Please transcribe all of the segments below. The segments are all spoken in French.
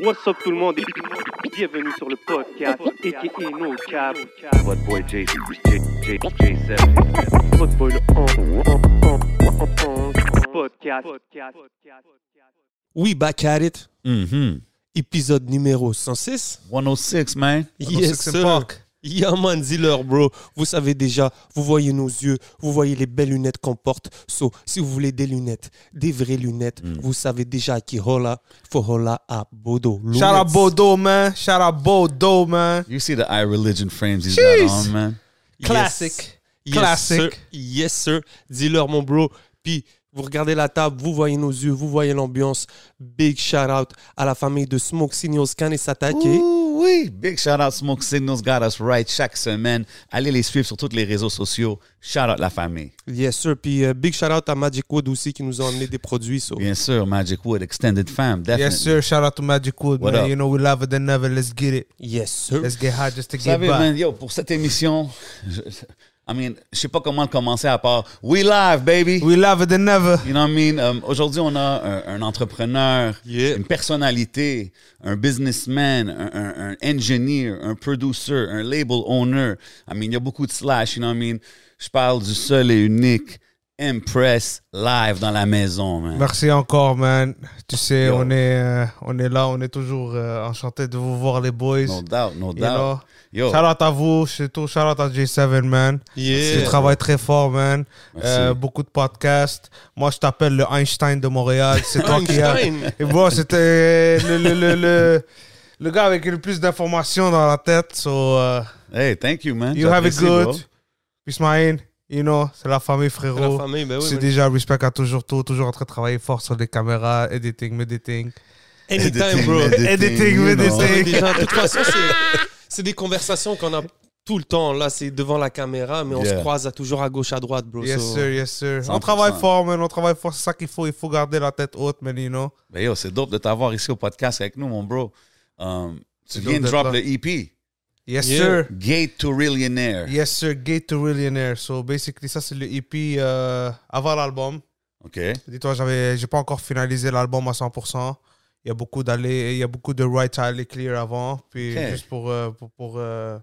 What's up tout le monde et bienvenue sur le podcast a.k.a. No Cap. What boy J J J J7. Votre boy le on- podcast. We back at it. Épisode numéro 106. 106, man. oh Yes, sir. Yeah, man, dealer, bro. Vous savez déjà, vous voyez nos yeux, vous voyez les belles lunettes qu'on porte. So, si vous voulez des lunettes, des vraies lunettes, Hmm. vous savez déjà à qui holla. Faut holla à Bodo. Lunettes. Shout out Bodo, man. Shout out Bodo, man. You see the eye religion frames he's Jeez. got on, man. Yes. Classic. Yes, Classic. sir. Yes, sir. Dealer, mon bro. Puis, vous regardez la table, vous voyez nos yeux, vous voyez l'ambiance. Big shout out à la famille de Smoke Signals, Khan et Satake. Ooh, oui. Big shout out Smoke Signals got us right chaque semaine. Allez les suivre sur tous les réseaux sociaux. Shout out la famille. Yes, sir. Puis euh, big shout out à Magic Wood aussi qui nous a amené des produits. so. Bien sûr, Magic Wood, Extended Fam, definitely. Yes, sir. Shout out to Magic Wood, What man. up? You know we love it than never. Let's get it. Yes, sir. Let's get high just to Vous get savez, by. man, yo, pour cette émission, je, I mean, je sais pas comment le commencer à part We Live, baby. We love it than never. You know what I mean? Um, Aujourd'hui, on a un, un entrepreneur, Yeah. une personnalité, un businessman, un, un, un engineer, un producer, un label owner. I mean, il y a beaucoup de slash, you know what I mean? Je parle du seul et unique Impress live dans la maison, man. Merci encore, man. Tu sais, Yo. on est, euh, on est là, on est toujours euh, enchanté de vous voir, les boys. No doubt, no You know? doubt. Yo, Shout out à vous, surtout shout out à J7, man. Yeah. Tu travailles très fort, man. Merci. Euh, beaucoup de podcasts. Moi, je t'appelle le Einstein de Montréal. C'est toi qui as. Einstein. Et bon, c'était le, le, le, le, le gars avec le plus d'informations dans la tête. So, euh, hey, thank you, man. you have it J'apprécie, bro. good. Peace, man. You know, c'est la famille, frérot. La famille, ben oui, c'est man. déjà respect à toujours tôt, toujours en train de travailler fort sur des caméras, editing, editing. Anytime, bro. Editing, Editing, you know. editing. Ouais, déjà, de toute façon, c'est- c'est des conversations qu'on a tout le temps. Là, c'est devant la caméra, mais on Yeah. se croise à- toujours à gauche, à droite, bro. Yes, so- sir, yes, sir. 100%. On travaille fort, man. On travaille fort. C'est ça qu'il faut. Il faut garder la tête haute, man, you know. Ben yo, c'est dope de t'avoir ici au podcast avec nous, mon bro. Um, tu C'est viens dope de d'être drop là. le EP, Yes, Yeah. sir. Gate to Millionaire. Yes, sir. Gate to Millionaire. So, basically, ça, c'est le EP euh, avant l'album. OK. Dis-toi, j'avais, j'ai pas encore finalisé l'album à 100%. Il y a beaucoup d'aller, il y a beaucoup de rights à aller clear avant, puis Ok. juste pour euh, pour pour, euh,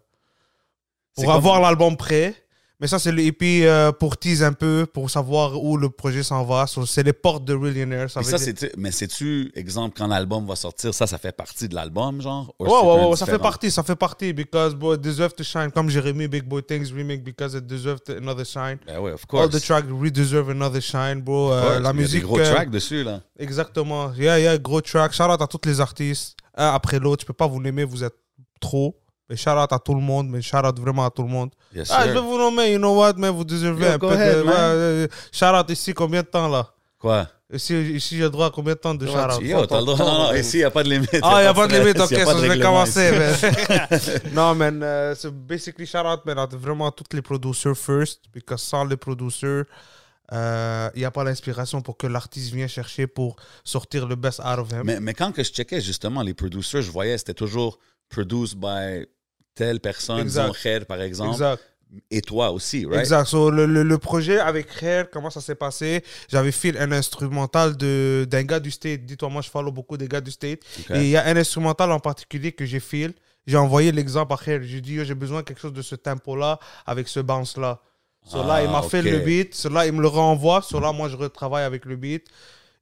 pour C'est avoir l'album prêt. Mais ça, c'est le EP euh, pour tease un peu, pour savoir où le projet s'en va. So, c'est les portes de Millionaire. Ça Puis veut ça, dire- c'est, mais sais-tu, exemple, quand l'album va sortir, ça, ça fait partie de l'album, genre? Ou Ouais, c'est ouais, un ouais, ça fait différent? partie, ça fait partie, because bro, it deserves to shine. Comme Jérémy, Big Boy Things remake, because it deserves to- another shine. Ben oui, of course. All the tracks really deserve another shine, bro. Of Euh, course. la Il y a des musique. gros euh, tracks dessus, là. Exactement. Yeah, yeah, gros track. Shout out à tous les artistes. Un après l'autre. Je peux pas vous nommer, vous êtes trop. Mais shout out à tout le monde. Mais shout out vraiment à tout le monde. Yes, Ah, je vais sir. vous nommer, you know what, mais vous deservez Yo, un go peu ahead, de. man. euh, shout out ici, combien de temps là Quoi? Ici, ici j'ai le droit à combien de temps de Ouais, shout out tu- Yo, t'as le droit. Non, non, ici, il n'y a pas de limite. Ah, il n'y a pas de limite, stress, ok, y a pas de ça je vais règlement commencer. ici. man. non, man, euh, c'est basically shout out, man, à vraiment toutes les producers first, parce que sans les producers, euh, il n'y a pas l'inspiration pour que l'artiste vienne chercher pour sortir le best out of him. Mais, mais quand que je checkais, justement, les producers, je voyais, c'était toujours produced by telle personne, Exact. disons Red, par exemple, exact. et toi aussi, right? Exact. So, le, le- le projet avec Rare, comment ça s'est passé J'avais fait un instrumental de- d'un gars du State. Dis-toi, moi, je follow beaucoup des gars du State. Ok. Et il y a un instrumental en particulier que j'ai fil. J'ai envoyé l'exemple à Khair. J'ai dit, Yo, j'ai besoin de quelque chose de ce tempo-là, avec ce bounce-là. So Ah, là, il m'a fait ok. le beat. So là, il me le renvoie. So là, moi, je retravaille avec le beat.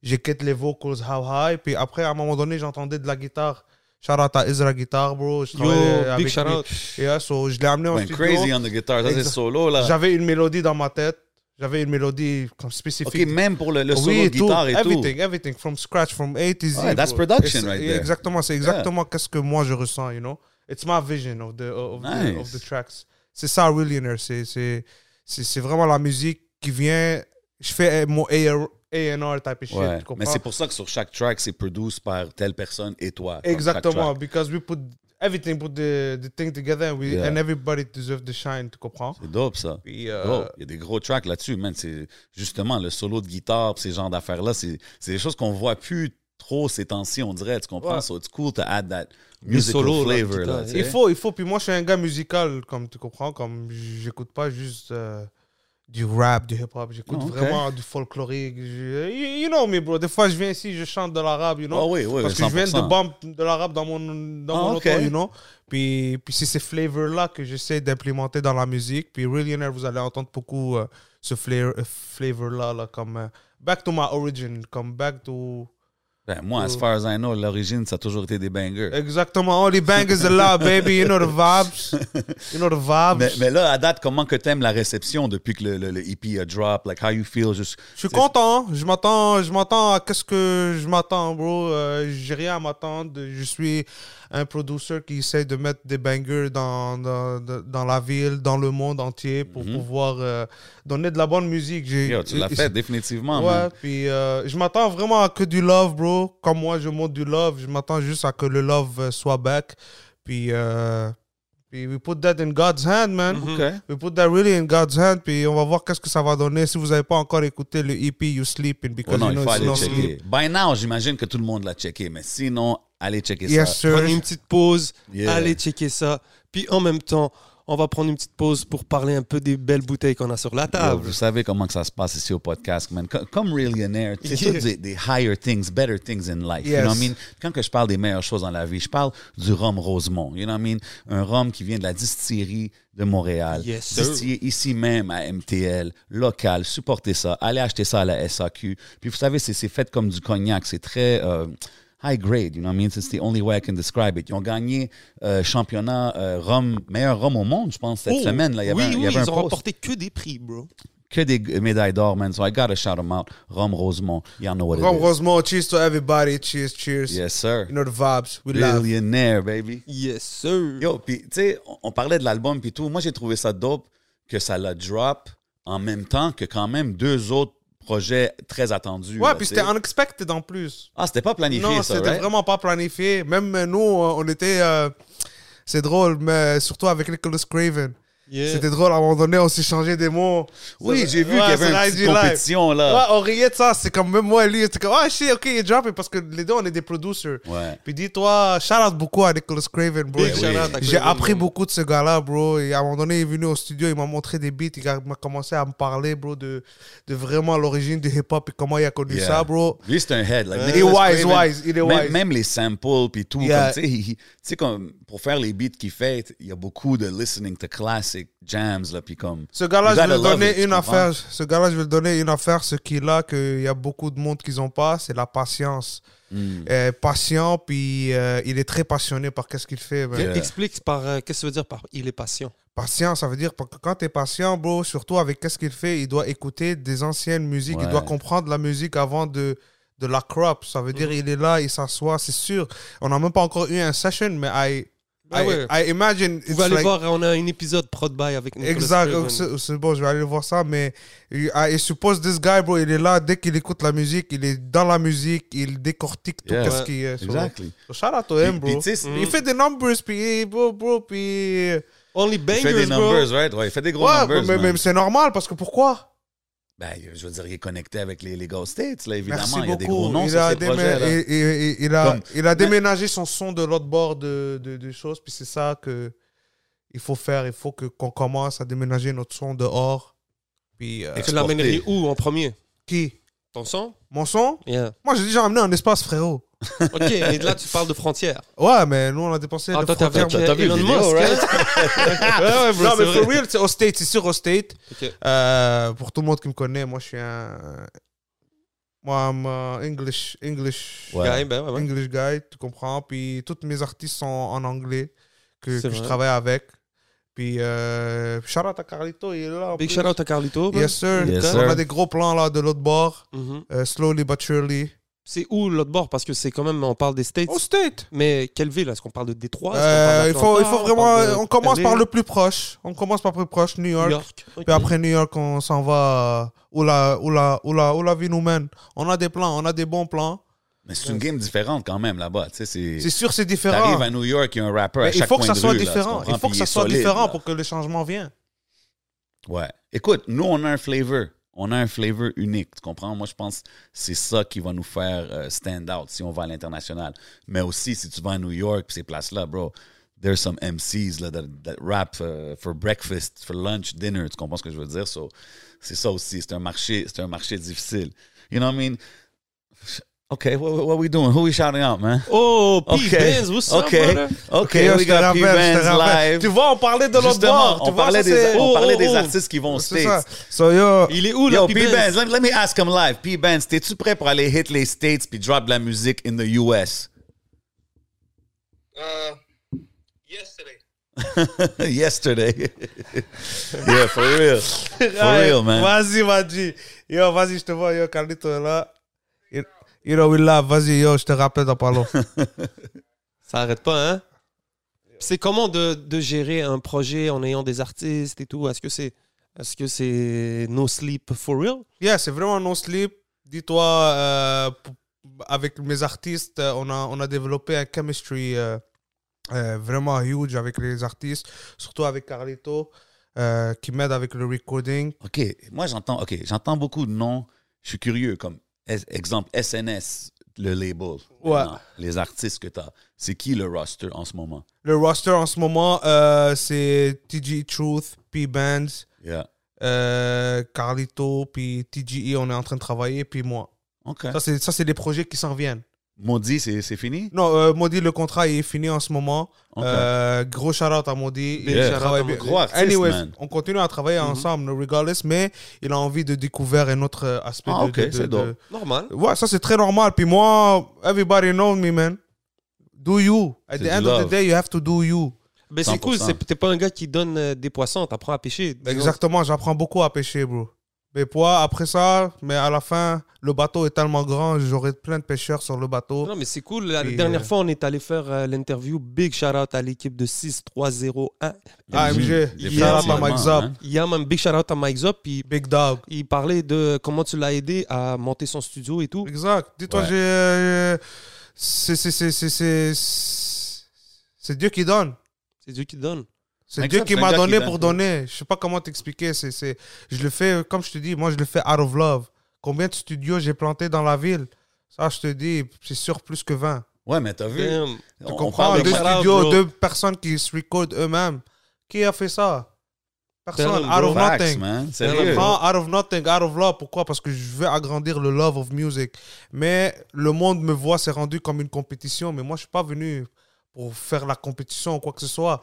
J'ai quitté les vocals how high. Puis après, à un moment donné, j'entendais de la guitare. Shout out à Ezra Guitar, bro. Je Yo, travaillais big avec shout lui. out. Yeah, so je l'ai amené en Went studio. crazy hein. on the guitar. Ça, c'est Exact. solo, là. J'avais une mélodie dans ma tête. J'avais une mélodie comme OK, spécifique. même pour le, le solo Oui, tout. guitare et everything, everything, from scratch, from A to Z. Ouais, that's bro. production It's- right there. Exactement, c'est exactement qu'est-ce que moi je ressens, you know. It's my vision of the, of the, of Nice. the tracks. C'est ça, Millionaire. C'est, c'est, c'est, c'est vraiment la musique qui vient. Je fais mon A&R A&R type of tout. shit. Ouais. tu comprends? Mais c'est pour ça que sur chaque track, c'est produced par telle personne et toi. comme chaque track. Exactement, because we put everything, put the, the thing together and, we, Yeah. and everybody deserves the shine, tu comprends? C'est dope, ça. Puis, euh, Dope. Il y a des gros tracks là-dessus, man. C'est justement le solo de guitare, pis ces genres d'affaires-là, c'est c'est des choses qu'on voit plus trop ces temps-ci, on dirait. Tu comprends? Ouais. So it's cool to add that musical solos, là, de flavor. guitare, là, tu sais. Il faut, il faut. Puis moi, je suis un gars musical, comme tu comprends. Comme j'écoute pas juste euh, du rap, du hip-hop. J'écoute Oh, ok. vraiment du folklorique. Je- you- you know me, bro. Des fois, je viens ici, je chante de l'arabe, you know. Ah oui, oui, Parce que je viens 100%. de bump de l'arabe dans mon, dans Ah, mon ok. auto, you know. Puis, puis c'est ces flavors-là que j'essaie d'implémenter dans la musique. Puis Millionaire, vous allez entendre beaucoup euh, ce flair- euh, flavor-là, là, comme euh, back to my origin, comme back to... Ben, moi, as Euh. far as I know, l'origine, ça a toujours été des bangers. Exactement, oh, les bangers are là, baby, you know the vibes. You know the vibes. Mais, mais là, à date, comment que t'aimes la réception depuis que le, le, le EP a drop? Like, how you feel? Just, Je suis content, je m'attends, je m'attends à qu'est-ce que je m'attends, bro. Euh, J'ai rien à m'attendre. Je suis un producer qui essaie de mettre des bangers dans, dans, dans la ville, dans le monde entier pour pouvoir euh, donner de la bonne musique. J'ai- Mhm. Yo, tu l'as fait, définitivement. Ouais, man. puis euh, je m'attends vraiment à que du love, bro. Comme moi, je monte du love, je m'attends juste à que le love euh, soit back. Puis, euh, puis we put that in God's hand, man. OK. We put that really in God's hand, puis on va voir qu'est-ce que ça va donner. Si vous n'avez pas encore écouté le EP You Sleep, and Oh because non, you il know faut it's aller no checker. sleep. By now, j'imagine que tout le monde l'a checké, mais sinon, allez checker Yes, ça. sir. Prenez une petite pause, Yeah. allez checker ça. Puis en même temps, on va prendre une petite pause pour parler un peu des belles bouteilles qu'on a sur la Yo, table. vous savez comment que ça se passe ici au podcast, man. Co- Comme Millionaire, c'est Yeah. tout des, des higher things, better things in life. You Yes. know what I mean? Quand que je parle des meilleures choses dans la vie, je parle du rhum Rosemont. You know what I mean? Un rhum qui vient de la distillerie de Montréal. Yes, sir. distillé ici même à MTL, local. Supportez ça. Allez acheter ça à la SAQ. Puis vous savez, c'est c'est fait comme du cognac. C'est très... euh, High grade, you know what I mean? It's the only way I can describe it. Ils ont gagné euh, championnat euh, rhum, meilleur rhum au monde, je pense, cette Oh, semaine. Là. Il y avait oui, un- il y oui, avait un ils ont post remporté que des prix, bro. que des g- médailles d'or, man. So I gotta shout them out. Rome Rosemont, y'all know what Comme it is. Rosemont, cheers to everybody, cheers, cheers. Yes, sir. You know the vibes, we love. Billionaire, baby. Yes, sir. Yo, puis tu sais, on, on parlait de l'album puis tout. Moi, j'ai trouvé ça dope que ça la drop en même temps que quand même deux autres projets très attendus. Ouais, là, puis tu c'était sais. unexpected en plus. Ah, c'était pas planifié, Non, ça, c'était right? vraiment pas planifié. Même euh, nous, euh, on était. euh, c'est drôle, mais surtout avec Nicholas Craven. Yeah. C'était drôle, à un moment donné, on s'est changé des mots. Oui, Ça- j'ai vu qu'il Ouais, y avait c'est une la petite IG Live. compétition, là. Ouais, on riait de ça. C'est comme même moi et lui. C'était comme, ah, shit, ok, il drop. Parce que les deux, on est des producers. Ouais. Puis dis-toi, shout out beaucoup à Nicholas Craven, bro. Big J'ai- shout-out à J'ai Craven, appris bro. beaucoup de ce gars-là, bro. Et à un moment donné, il est venu au studio, il m'a montré des beats, il a- m'a commencé à me parler, bro, de, de vraiment l'origine du hip-hop et comment il a connu Yeah. ça, bro. Lui, c'est un head. like, Ouais. Nicholas Il est wise, Craven, wise, il est Uh, même, wise. Même les samples puis tout. Yeah. comme, tu sais, il- il- tu sais, comme pour faire les beats qu'il fait, il y a beaucoup de listening to classic jams. Là, puis comme, Ce gars-là, You je gotta vais le love donner it, tu une comprends? affaire. Ce gars-là, je vais le donner une affaire. Ce qu'il a, qu'il y a beaucoup de monde qu'ils n'ont pas, c'est la patience. Mm. Euh, patient, puis euh, il est très passionné par qu'est-ce qu'il fait. man. Mais Explique par euh, qu'est-ce que ça veut dire par il est patient. Patient, ça veut dire que quand tu es patient, bro, surtout avec qu'est-ce qu'il fait, il doit écouter des anciennes musiques, Ouais. il doit comprendre la musique avant de, de la crop. Ça veut dire Mhm. il est là, il s'assoit, c'est sûr. On n'a même pas encore eu un session, mais I, Ben I, ouais. I imagine. Vous it's allez like- voir, on a un épisode prod by avec Nicolas Exact, Craven. oh, c'est c'est bon, je vais aller voir ça, mais I I suppose this guy, bro, il est là, dès qu'il écoute la musique, il est dans la musique, il décortique tout, Yeah. qu'est-ce Ouais. qui est. sur- Exactly. So shout out to him, Puis- bro. puis tu sais, Il fait des numbers, puis bro, bro, puis. Only Il fait bangers, des bro. numbers, right? Ouais, il fait des gros ouais, numbers. mais, man. mais c'est normal, parce que pourquoi Ben, je veux dire, il est connecté avec les, les gars aux States, là, évidemment. Merci il y a des beaucoup. gros noms il, sur a ces démé- projets-là. il, il- il- il a, Comme- il a déménagé son son de l'autre bord de, de, de choses, puis c'est ça que il faut faire. Il faut que qu'on commence à déménager notre son dehors. Puis euh, Tu l'amènerais où en premier qui Ton son Mon son Yeah. Moi, j'ai déjà emmené un espace, frérot. Ok, et là tu parles de frontières. Ouais, mais nous, on a dépensé. Ah, le toi, t'avais- frontière. t'as- t'as vu Elon le Musk, vidéo, right? Ouais, ouais, bro, Non, Non, mais mais for for real, c'est au State, c'est sûr au State. Ok. Euh, pour tout le monde qui me connaît, moi, je suis un. Moi, I'm uh, English. English. Ouais. Guy, ben ouais, ouais. English guy, tu comprends. Puis toutes mes artistes sont en anglais que, C'est que je vrai. travaille avec. Puis euh, shout out à Carlito, il est là. en Big plus. shout out à Carlito. bro. Yes sir. Yes, sir. On a des gros plans là de l'autre bord. Mhm. Euh, slowly but surely. C'est où l'autre bord Parce que c'est quand même, on parle des States. Au state. Mais quelle ville Est-ce qu'on parle de Détroit Est-ce qu'on Euh, parle il faut, il d'Atlanta faut On vraiment. parle de On commence LA, par le plus proche. On commence par le plus proche, New York. New York. Ok. Puis après New York, on s'en va euh, où la, où, la, où, la, où la vie nous mène. On a des plans, on a des bons plans. Mais c'est une game différente quand même là-bas. Tu sais, C'est c'est. sûr, c'est différent. T'arrives à New York, il y a un rapper à Mais chaque il faut que coin ça de soit rue, là, tu différent. comprends? Il faut Puis que il ça est soit solide, différent là. pour que le changement vienne. Ouais. Écoute, nous, on a un flavor. On a un flavor unique, tu comprends? Moi, je pense que c'est ça qui va nous faire euh, stand out si on va à l'international. Mais aussi, si tu vas à New York, puis ces places-là, bro, there's some MCs là, that, that rap uh, for breakfast, for lunch, dinner. Tu comprends ce que je veux dire? So, c'est ça aussi. C'est un marché, c'est un marché difficile. You know what I mean? Okay, what, what, what we doing? Who we shouting out, man? Oh, P. Okay. Benz, what's up, okay. brother? okay, Yo, we je te got rappelle, P. je te Benz rappelle. live. Tu vois, on parlait de l'autre Justement, bord. on tu vois, parlait, ça, des, c'est- on Oh, parlait oh, des oh. artistes qui vont aux C'est ça. States. So, yo, Il est où, le Yo, P. Benz? P-Benz, let, let me ask him live. P-Benz, t'es-tu prêt pour aller hit les States puis drop de la musique in the US? Uh, yesterday. Yesterday. yeah, for real. For real, man. Vas-y, Maji. Yo, vas-y, je te vois, yo, Carlito est là. You, you know we love. Vas-y, yo, je te rappelle dans pas long. Ça arrête pas, hein? C'est comment de, de gérer un projet en ayant des artistes et tout? Est-ce que c'est est-ce que c'est no sleep for real? yeah, c'est vraiment non sleep. Dis-toi, euh, p- avec mes artistes, euh, on a, on a développé un chemistry euh, euh, vraiment huge avec les artistes, surtout avec Carlito, euh, qui m'aide avec le recording. OK, moi, j'entends ok, j'entends beaucoup de noms. Je suis curieux, comme es- exemple SNS, le label. Ouais. Non, les artistes que t'as. C'est qui le roster en ce moment? Le roster en ce moment, euh, c'est TG Truth, P-Bands, Yeah. euh, Carlito, puis TGE, on est en train de travailler, puis moi. OK. Ça, c'est, ça, c'est des projets qui s'en viennent. Maudit, c'est c'est fini? Non, euh, Maudit, le contrat il est fini en ce moment. OK. Euh, gros shout-out à Maudit. Il Yeah. travaille bien. Gros artiste, Anyways, man. Mhm. on continue à travailler ensemble, regardless, mais il a envie de découvrir un autre euh, aspect Ah, de- ok, de, de- c'est de- dope. Normal. Ouais, ça, c'est très normal. Puis moi, everybody knows me, man. Do you. C'est At the du end of love. the day, you have to do you. Mais Ben, c'est 100%. cool, c'est- t'es pas un gars qui donne euh, des poissons, t'apprends à pêcher. disons. Exactement, j'apprends beaucoup à pêcher, bro. Mais moi, après ça, mais à la fin, le bateau est tellement grand, j'aurai plein de pêcheurs sur le bateau. Non, mais c'est cool. La Puis, dernière euh, fois, on est allé faire euh, l'interview. Big shout out à l'équipe de 6301. AMG, Définitivement, shout-out à Mike Zab. hein. Il y a même big shout out à Mike Zop. Puis Big Dog. il parlait de comment tu l'as aidé à monter son studio et tout. Exact. Dis-toi, Ouais. j'ai. euh, c'est- c'est- c'est- c'est- c'est- C'est Dieu qui donne. C'est Dieu qui donne. C'est Exact, Dieu qui c'est un m'a gars qui donné donne. pour donner. Je sais pas comment t'expliquer. C'est, c'est- Je le fais, comme je te dis, moi, je le fais out of love. Combien de studios j'ai planté dans la ville Ça, je te dis, c'est sûr plus que 20. Ouais, mais t'as vu? Damn. On, Tu on comprends parle de Deux Shout out, studios, bro. deux personnes qui se recordent eux-mêmes. Qui a fait ça Personne. Damn, Out bro. of Facts, nothing. man. Je Sérieux. comprends, out of nothing, out of love. Pourquoi Parce que je veux agrandir le love of music. Mais le monde me voit, c'est rendu comme une compétition. Mais moi, je suis pas venu pour faire la compétition ou quoi que ce soit.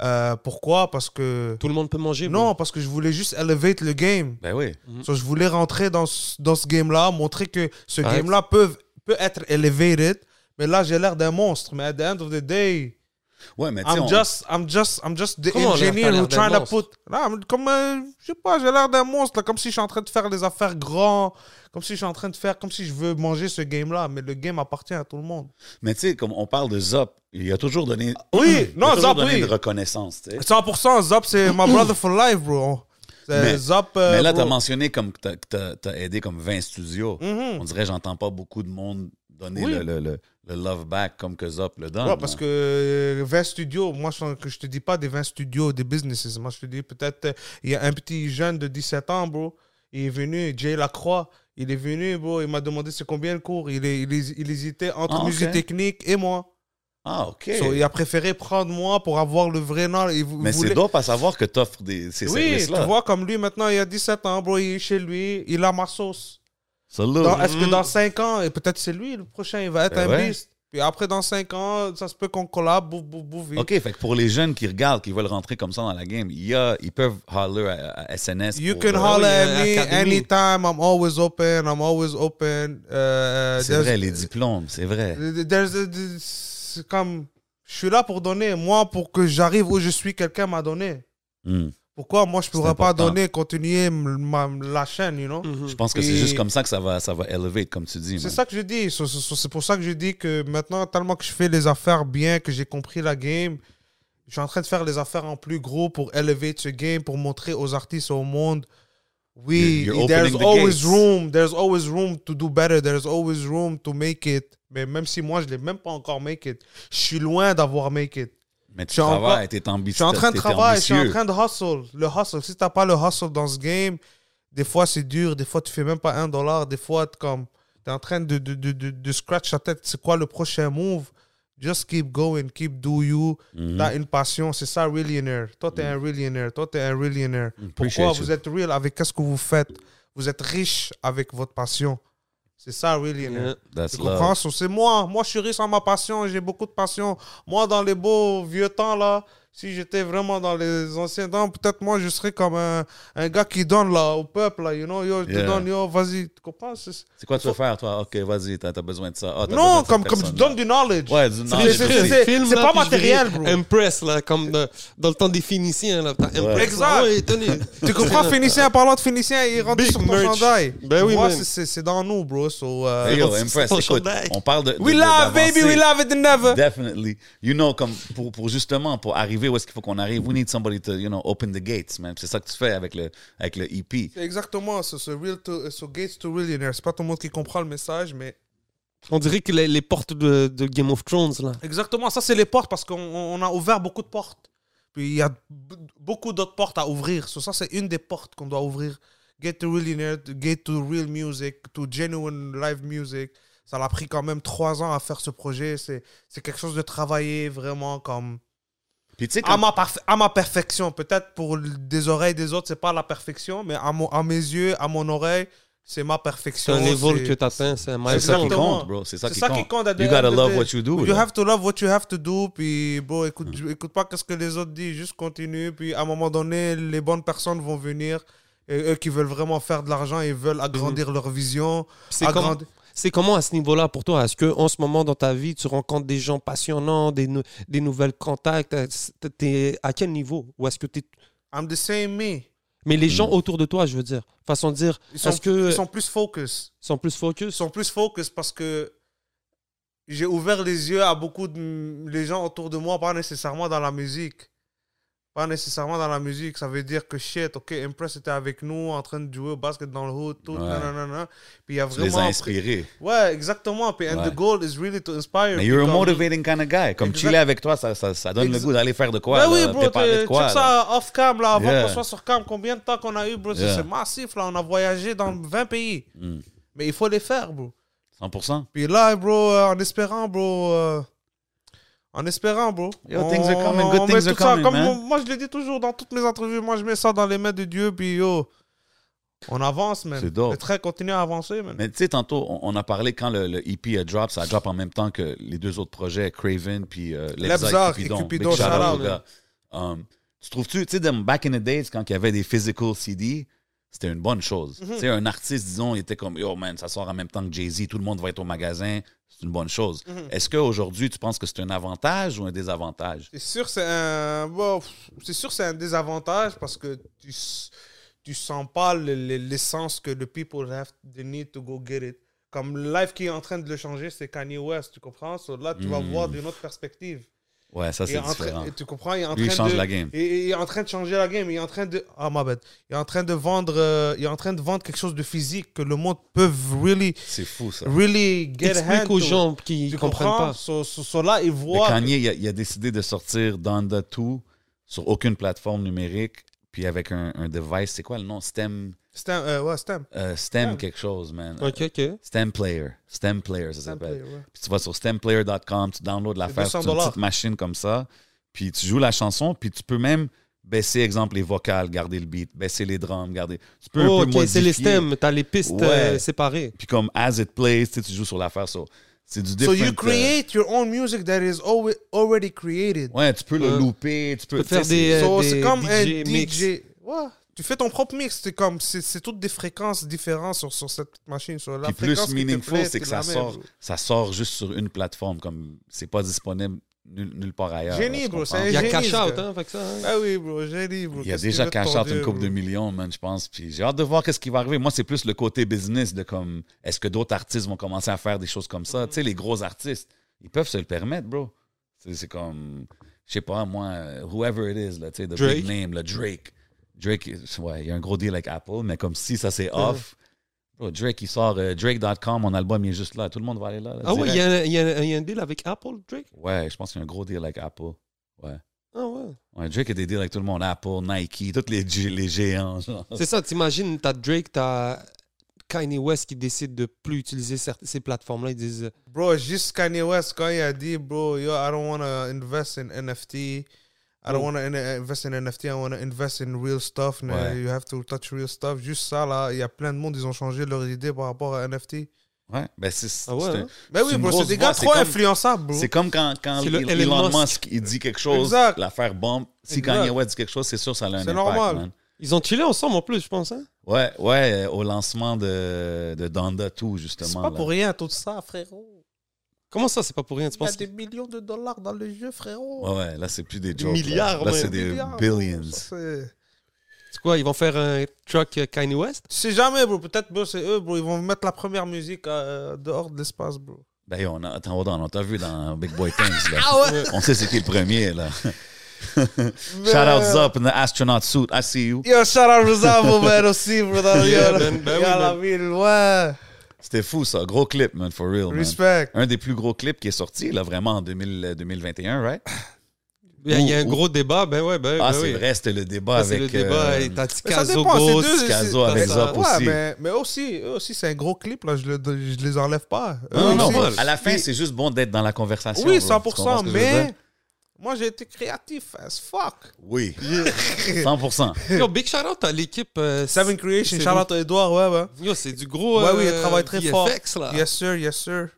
Euh, pourquoi Parce que. Tout le monde peut manger. Non, parce que je voulais juste elevate le game. Ben oui. So, je voulais rentrer dans ce, dans ce game-là, montrer que ce Arrête. game-là peut, peut être elevated. Mais là, j'ai l'air d'un monstre. Mais at the end of the day, Ouais, mais tu sais, I'm on- just, I'm just, I'm just the Comment on a- engineer t'as l'air who d'un trying to monstre? put. Là, mais comme, euh, je sais pas, j'ai l'air d'un monstre, là, comme si je suis en train de faire les affaires grands, comme si je suis en train de faire, comme si je veux manger ce game-là, mais le game appartient à tout le monde. Mais tu sais, comme on parle de Zop, il a toujours donné. Oui, il a non, toujours Zop, donné oui. une reconnaissance, tu sais. 100%, Zop, c'est my brother for life, bro. C'est Mais- Zop. euh, Mais là, bro. t'as mentionné comme que t'as- que t'as t'as aidé comme 20 studios. Mhm. On dirait, j'entends pas beaucoup de monde donner Oui. le, le- le- le love back comme que Zop le donne. Ouais, parce là. que euh, 20 studios, moi, je, que je te dis pas des 20 studios, des businesses. Moi, je te dis peut-être, euh, il y a un petit jeune de 17 ans, bro. Il est venu, Jay Lacroix. Il est venu, bro. Il m'a demandé c'est combien le cours. Il, est- il, hés- il hésitait entre Ah, ok. musique technique et moi. Ah, OK. So, il a préféré prendre moi pour avoir le vrai nom. Il vou- mais voulait- c'est dope à savoir que t'offres des- ces Oui, tu services-là. vois, comme lui, maintenant, il a 17 ans, bro. Il est chez lui. Il a ma sauce. Salute. Dans- Est-ce que Mm. dans 5 ans, et peut-être c'est lui le prochain, il va être Ben un ouais. beast. Puis après, dans 5 ans, ça se peut qu'on collab, bouf, bouf, bouf. vite. OK, fait que pour les jeunes qui regardent, qui veulent rentrer comme ça dans la game, il y a, ils peuvent holler à, à SNS. You pour, can euh, holler oui, at me academy. anytime. I'm always open. I'm always open. Euh, C'est there's- vrai, les diplômes, c'est vrai. there's a- c'est comme, je suis là pour donner. Moi, pour que j'arrive où je suis, quelqu'un m'a donné. Hmm. Pourquoi moi, je ne C'est pourrais pas important. donner, continuer m- ma- la chaîne, you know? Mhm. Je pense que c'est Et- juste comme ça que ça va, ça va élever, comme tu dis. C'est man. ça que je dis. So- so- so- C'est pour ça que je dis que maintenant, tellement que je fais les affaires bien, que j'ai compris la game, je suis en train de faire les affaires en plus gros pour élever ce game, pour montrer aux artistes, au monde, oui, You're- you're there's opening the always gates. room, there's always room to do better, there's always room to make it. Mais même si moi, je l'ai même pas encore make it, je suis loin d'avoir make it. Mais tu Je suis en- travailles, t'es ambitieux. Je suis en train de t'es travailler, je suis en ambitieux. train de hustle. Le hustle, si t'as pas le hustle dans ce game, des fois c'est dur, des fois tu fais même pas un dollar, des fois t'es comme t'es en train de, de, de, de, de scratch ta tête, c'est quoi le prochain move Just keep going, keep do you. Mhm. T'as une passion, c'est ça, millionaire. Toi, t'es un millionaire. Toi, t'es un millionaire. Mm-hmm. Appreciate Pourquoi you. vous êtes real avec qu'est-ce que vous faites Vous êtes riche avec votre passion. C'est ça, millionaire. Yeah. That's Tu love. comprends? So, C'est moi. Moi, je suis riche en ma passion. J'ai beaucoup de passion. Moi, dans les beaux vieux temps, là, si j'étais vraiment dans les anciens temps, peut-être moi, je serais comme un, un gars qui donne là, au peuple. Là, you know, yo, je te Yeah. donne, yo, vas-y. Tu comprends? C'est- C'est quoi tu veux faire, toi? Ok, vas-y, t'as t'as besoin de ça. Ah, t'as besoin Non, de comme, cette comme tu personne-là. donnes du knowledge. Ouais, du C'est- c'est- knowledge. c'est- Film, c'est là, pas puis je matériel, dirais bro. Impress, là, comme de- dans le temps des Phéniciens, là. putain, Impress, Exact. là. Ouais, tenez. Tu comprends, Phénicien, parlant de Phénicien, il rentre Big sur ton merch. chandail. Ben oui, Moi, man. c'est- c'est c'est dans nous, bro. So, euh, Hey, yo, C'est Impress, ton écoute, chandail. on parle de. de- we de- love, baby, we d'avancer. love it never. Definitely. You know, comme pour, pour justement, pour arriver où est-ce qu'il faut qu'on arrive, we need somebody to, you know, open the gates, man. C'est ça que tu fais avec le, avec le E EP. C'est exactement ce, ce, real to, ce Gates to Millionaire. C'est pas tout le monde qui comprend le message, mais On dirait que les, les portes de, de Game of Thrones, là. Exactement, ça c'est les portes parce qu'on on a ouvert beaucoup de portes. Puis il y a b- beaucoup d'autres portes à ouvrir. So, ça c'est une des portes qu'on doit ouvrir. Get to real internet, get to real music, to genuine live music. Ça l'a pris quand même trois ans à faire ce projet. C'est c'est quelque chose de travailler vraiment comme Puis tu sais, à comme- ma, parf- à ma perfection. Peut-être pour l- des oreilles des autres, c'est pas la perfection, mais à, mon, à mes yeux, à mon oreille, c'est ma C'est perfection. un level c'est- que t'atteins, c'est un c'est milestone. ça qui exactement. compte, bro. C'est ça C'est qui ça qui compte. compte. at the You end gotta of love the- what you do. You là. have to love what you have to do. Puis, bro, écoute, Hmm. écoute pas qu'est-ce que les autres disent. Juste continue. Puis, à un moment donné, les bonnes personnes vont venir. Et eux qui veulent vraiment faire de l'argent et veulent Hmm. agrandir leur vision. C'est comme- agrandi- C'est comment à ce niveau-là pour toi Est-ce que en ce moment dans ta vie, tu rencontres des gens passionnants, des, nou- des nouvelles contacts Est-ce- t'es- à quel niveau Ou est-ce que t'es- I'm the same me. Mais les gens autour de toi, je veux dire, façon de dire, Ils sont, est-ce que ils sont plus focus. sont plus Ils focus sont plus focus parce que j'ai ouvert les yeux à beaucoup de les gens autour de moi, pas nécessairement dans la musique. Pas nécessairement dans la musique, ça veut dire que shit, ok, Impress était avec nous en train de jouer au basket dans le hood, tout, Ouais. nanana. Puis il y a Tu les vraiment. as inspirés. Ouais, exactement. Puis, and Ouais. the goal is really to inspire. Mais you're a Puis comme- motivating kind of guy. Comme Exact. chiller avec toi, ça, ça, ça donne le Exact. goût d'aller faire de quoi. Ben là, oui, bro, préparer de check quoi. là. ça off cam, là, avant Yeah. qu'on soit sur cam. Combien de temps qu'on a eu, bro? C'est- Yeah. C'est massif, là. On a voyagé dans 20 pays. Mm. Mais il faut les faire, bro. 100%. Puis là, bro, euh, en espérant, bro. euh, en espérant, bro. Yo, things are coming, on- good on things met are tout ça, coming, comme man. Moi, moi, je le dis toujours dans toutes mes entrevues. Moi, je mets ça dans les mains de Dieu. Puis yo, on avance, man. C'est dope. Le train continue à avancer, man. Mais tu sais, tantôt, on, on a parlé quand le, le EP a drop, ça a drop en même temps que les deux autres projets, Craven puis euh, Lebza Lebza et Cupidon. et Big Cupidon, shout out shout aux out. gars. Um, tu trouves-tu, tu sais, dans- back in the days, quand il y avait des physical CD, c'était une bonne chose. Mm-hmm. Tu sais, un artiste, disons, il était comme, yo man, ça sort en même temps que Jay-Z, tout le monde va être au magasin, c'est une bonne chose. Mm-hmm. Est-ce qu'aujourd'hui, tu penses que c'est un avantage ou un désavantage? C'est sûr, c'est un. bon, pff, c'est sûr, c'est un désavantage parce que tu, s- tu sens pas le- le- l'essence que le people have, they need to go get it. Comme le live qui est en train de le changer, c'est Kanye West, tu comprends? So là, tu vas Mm. voir d'une autre perspective. Ouais, ça, Il est c'est en train- différent. tu comprends? Il est en Lui, il train change de, la game. il- il est en train de changer la game. Il est en train de. Ah, ma bête. Il est en train de vendre. euh, il est en train de vendre quelque chose de physique que le monde peut really, C'est fou, ça. really get a hand Explique aux to. gens qui Tu comprennent comprends? pas. So, so- so là, ils Mais voient. Kanye, il a, il a décidé de sortir Donda 2 sur aucune plateforme numérique, puis avec un, un device, c'est quoi le nom? STEM, Stem, euh, ouais, Stem. euh, STEM quelque chose, man. Ok, ok. STEM Player. STEM Player, ça Stem s'appelle. player, ouais. Puis tu vas sur stemplayer.com, tu downloads l'affaire, c'est 200 une petite machine comme ça, puis tu joues la chanson, puis tu peux même baisser, exemple, les vocales, garder le beat, baisser les drums, garder... Tu peux Oh, un peu ok, c'est les modifier. stems, t'as les pistes Ouais. euh, séparées. Puis comme As It Plays, tu sais, tu joues sur l'affaire, so, c'est du So different... you euh, create your own music that is alwa- already created. Ouais, tu peux le Ouais. louper, tu peux... Tu peux tu sais, faire c'est- des, euh, So des c'est comme un DJ DJ. mix. Ouais. Tu fais ton propre mix. C'est comme c'est c'est toutes des fréquences différentes sur, sur cette machine. Sur la Puis fréquence plus qui te plaît, meaningful, c'est que la ça même. sort, ça sort juste sur une plateforme, comme c'est pas disponible nulle, nulle part ailleurs. Génie, là, tu bro, comprends? c'est un Il y a génie, cash ce out, gars. hein, fait que ça. hein. Ah oui, bro, j'ai dit, bro. Il y a qu'est-ce que déjà je veux cash t'en out une dire, coupe de bro. millions, man, je pense. Puis j'ai hâte de voir qu'est-ce qui va arriver. Moi, c'est plus le côté business de comme, est-ce que d'autres artistes vont commencer à faire des choses comme ça? Tu sais, les gros artistes, ils peuvent se le permettre, bro. C'est c'est comme, je sais pas, moi, whoever it is, là, tu sais, the Drake. big name, le Drake. Drake, is- ouais, il y a un gros deal avec Apple, mais comme si ça c'est off. Bro, Drake, il sort euh, Drake.com, mon album, il est juste là. Tout le monde va aller là. là, Ah ouais, il direct. y, a- il y a- il y a un deal avec Apple, Drake Ouais, je pense qu'il y a un gros deal avec Apple. Ouais. Ah ouais. Ouais, Drake a des deals avec tout le monde. Apple, Nike, tous les, gé- les géants. genre. C'est ça, t'imagines, t'as Drake, t'as Kanye West qui décide de plus utiliser certes- ces plateformes-là. Ils disent euh, Bro, juste Kanye West, quand il a dit, bro, yo, I don't want to invest in NFT. I Oh. don't want to invest in NFT, I want to invest in real stuff. man. Ouais. You have to touch real stuff. Juste ça, là, il y a plein de monde, ils ont changé leur idée par rapport à NFT. Ouais, ben c'est c'est Ah ouais, un- hein? Ben C'est oui, une bro, c'est grosse des voix, gars c'est trop comme- influençables, bro. C'est comme quand, quand C'est le Il- Elon Elon, Musk. Musk. il dit quelque chose, Exact. l'affaire bombe. Si Exact. Kanye West dit quelque chose, c'est sûr ça a un C'est impact. normal. man. Ils ont chillé ensemble en plus, je pense. Hein? Ouais, ouais, euh, au lancement de, de Donda 2, justement. C'est pas là. pour rien, tout ça, frérot. Comment ça, c'est pas pour rien, tu Il y a penses des millions de dollars dans le jeu, frérot. Ouais, ouais, là, c'est plus des Des jokes. là. milliards, Là, ouais. c'est des Milliards, bro, billions. ça, c'est- C'est quoi, ils vont faire un truck euh, Kanye West Tu sais jamais, bro. Peut-être, bro, c'est eux, bro. Ils vont mettre la première musique euh, dehors de l'espace, bro. Ben, on a, attends, hold on, on t'a vu dans Big Boy Things, là. Ah ouais? On sait c'est qui le premier, là. Shout out Zop in the astronaut suit. I see you. Yo, shout out Rosavo, man, aussi, brother. Yeah, yo, man, ben yo, oui, la man. ville, ouais. C'était fou, ça. Gros clip, man, for real, Oh, man. Respect. Un des plus gros clips qui est sorti, là, vraiment, en 2000, euh, 2021, right? Il y a- il y a un Ou- gros débat, ben ouais, ben, ben Ah, c'est oui. vrai, c'était le débat Ah, Ça, C'est avec... le débat, euh, et t'as Mais ça Tikazo dépend, c'est deux. Scazo c'est- avec c'est- Zop ouais, aussi. Mais, mais aussi, eux aussi, c'est un gros clip, là. Je, le, je les enlève pas. Eux Non, Ah, non, aussi. non. À la fin, c'est juste bon d'être dans la conversation. Oui, bro. Tu comprends 100%, ce que je veux dire? mais moi, j'ai été créatif as fuck. Oui. 100%. Yo, big shout out à l'équipe. euh, Seven Creation, c'est- shout out à Edouard, ouais, ouais. Yo, c'est du gros. Ouais, oui, euh, il travaille très VFX, fort. Ah. là. Yes, sir, yes, sir.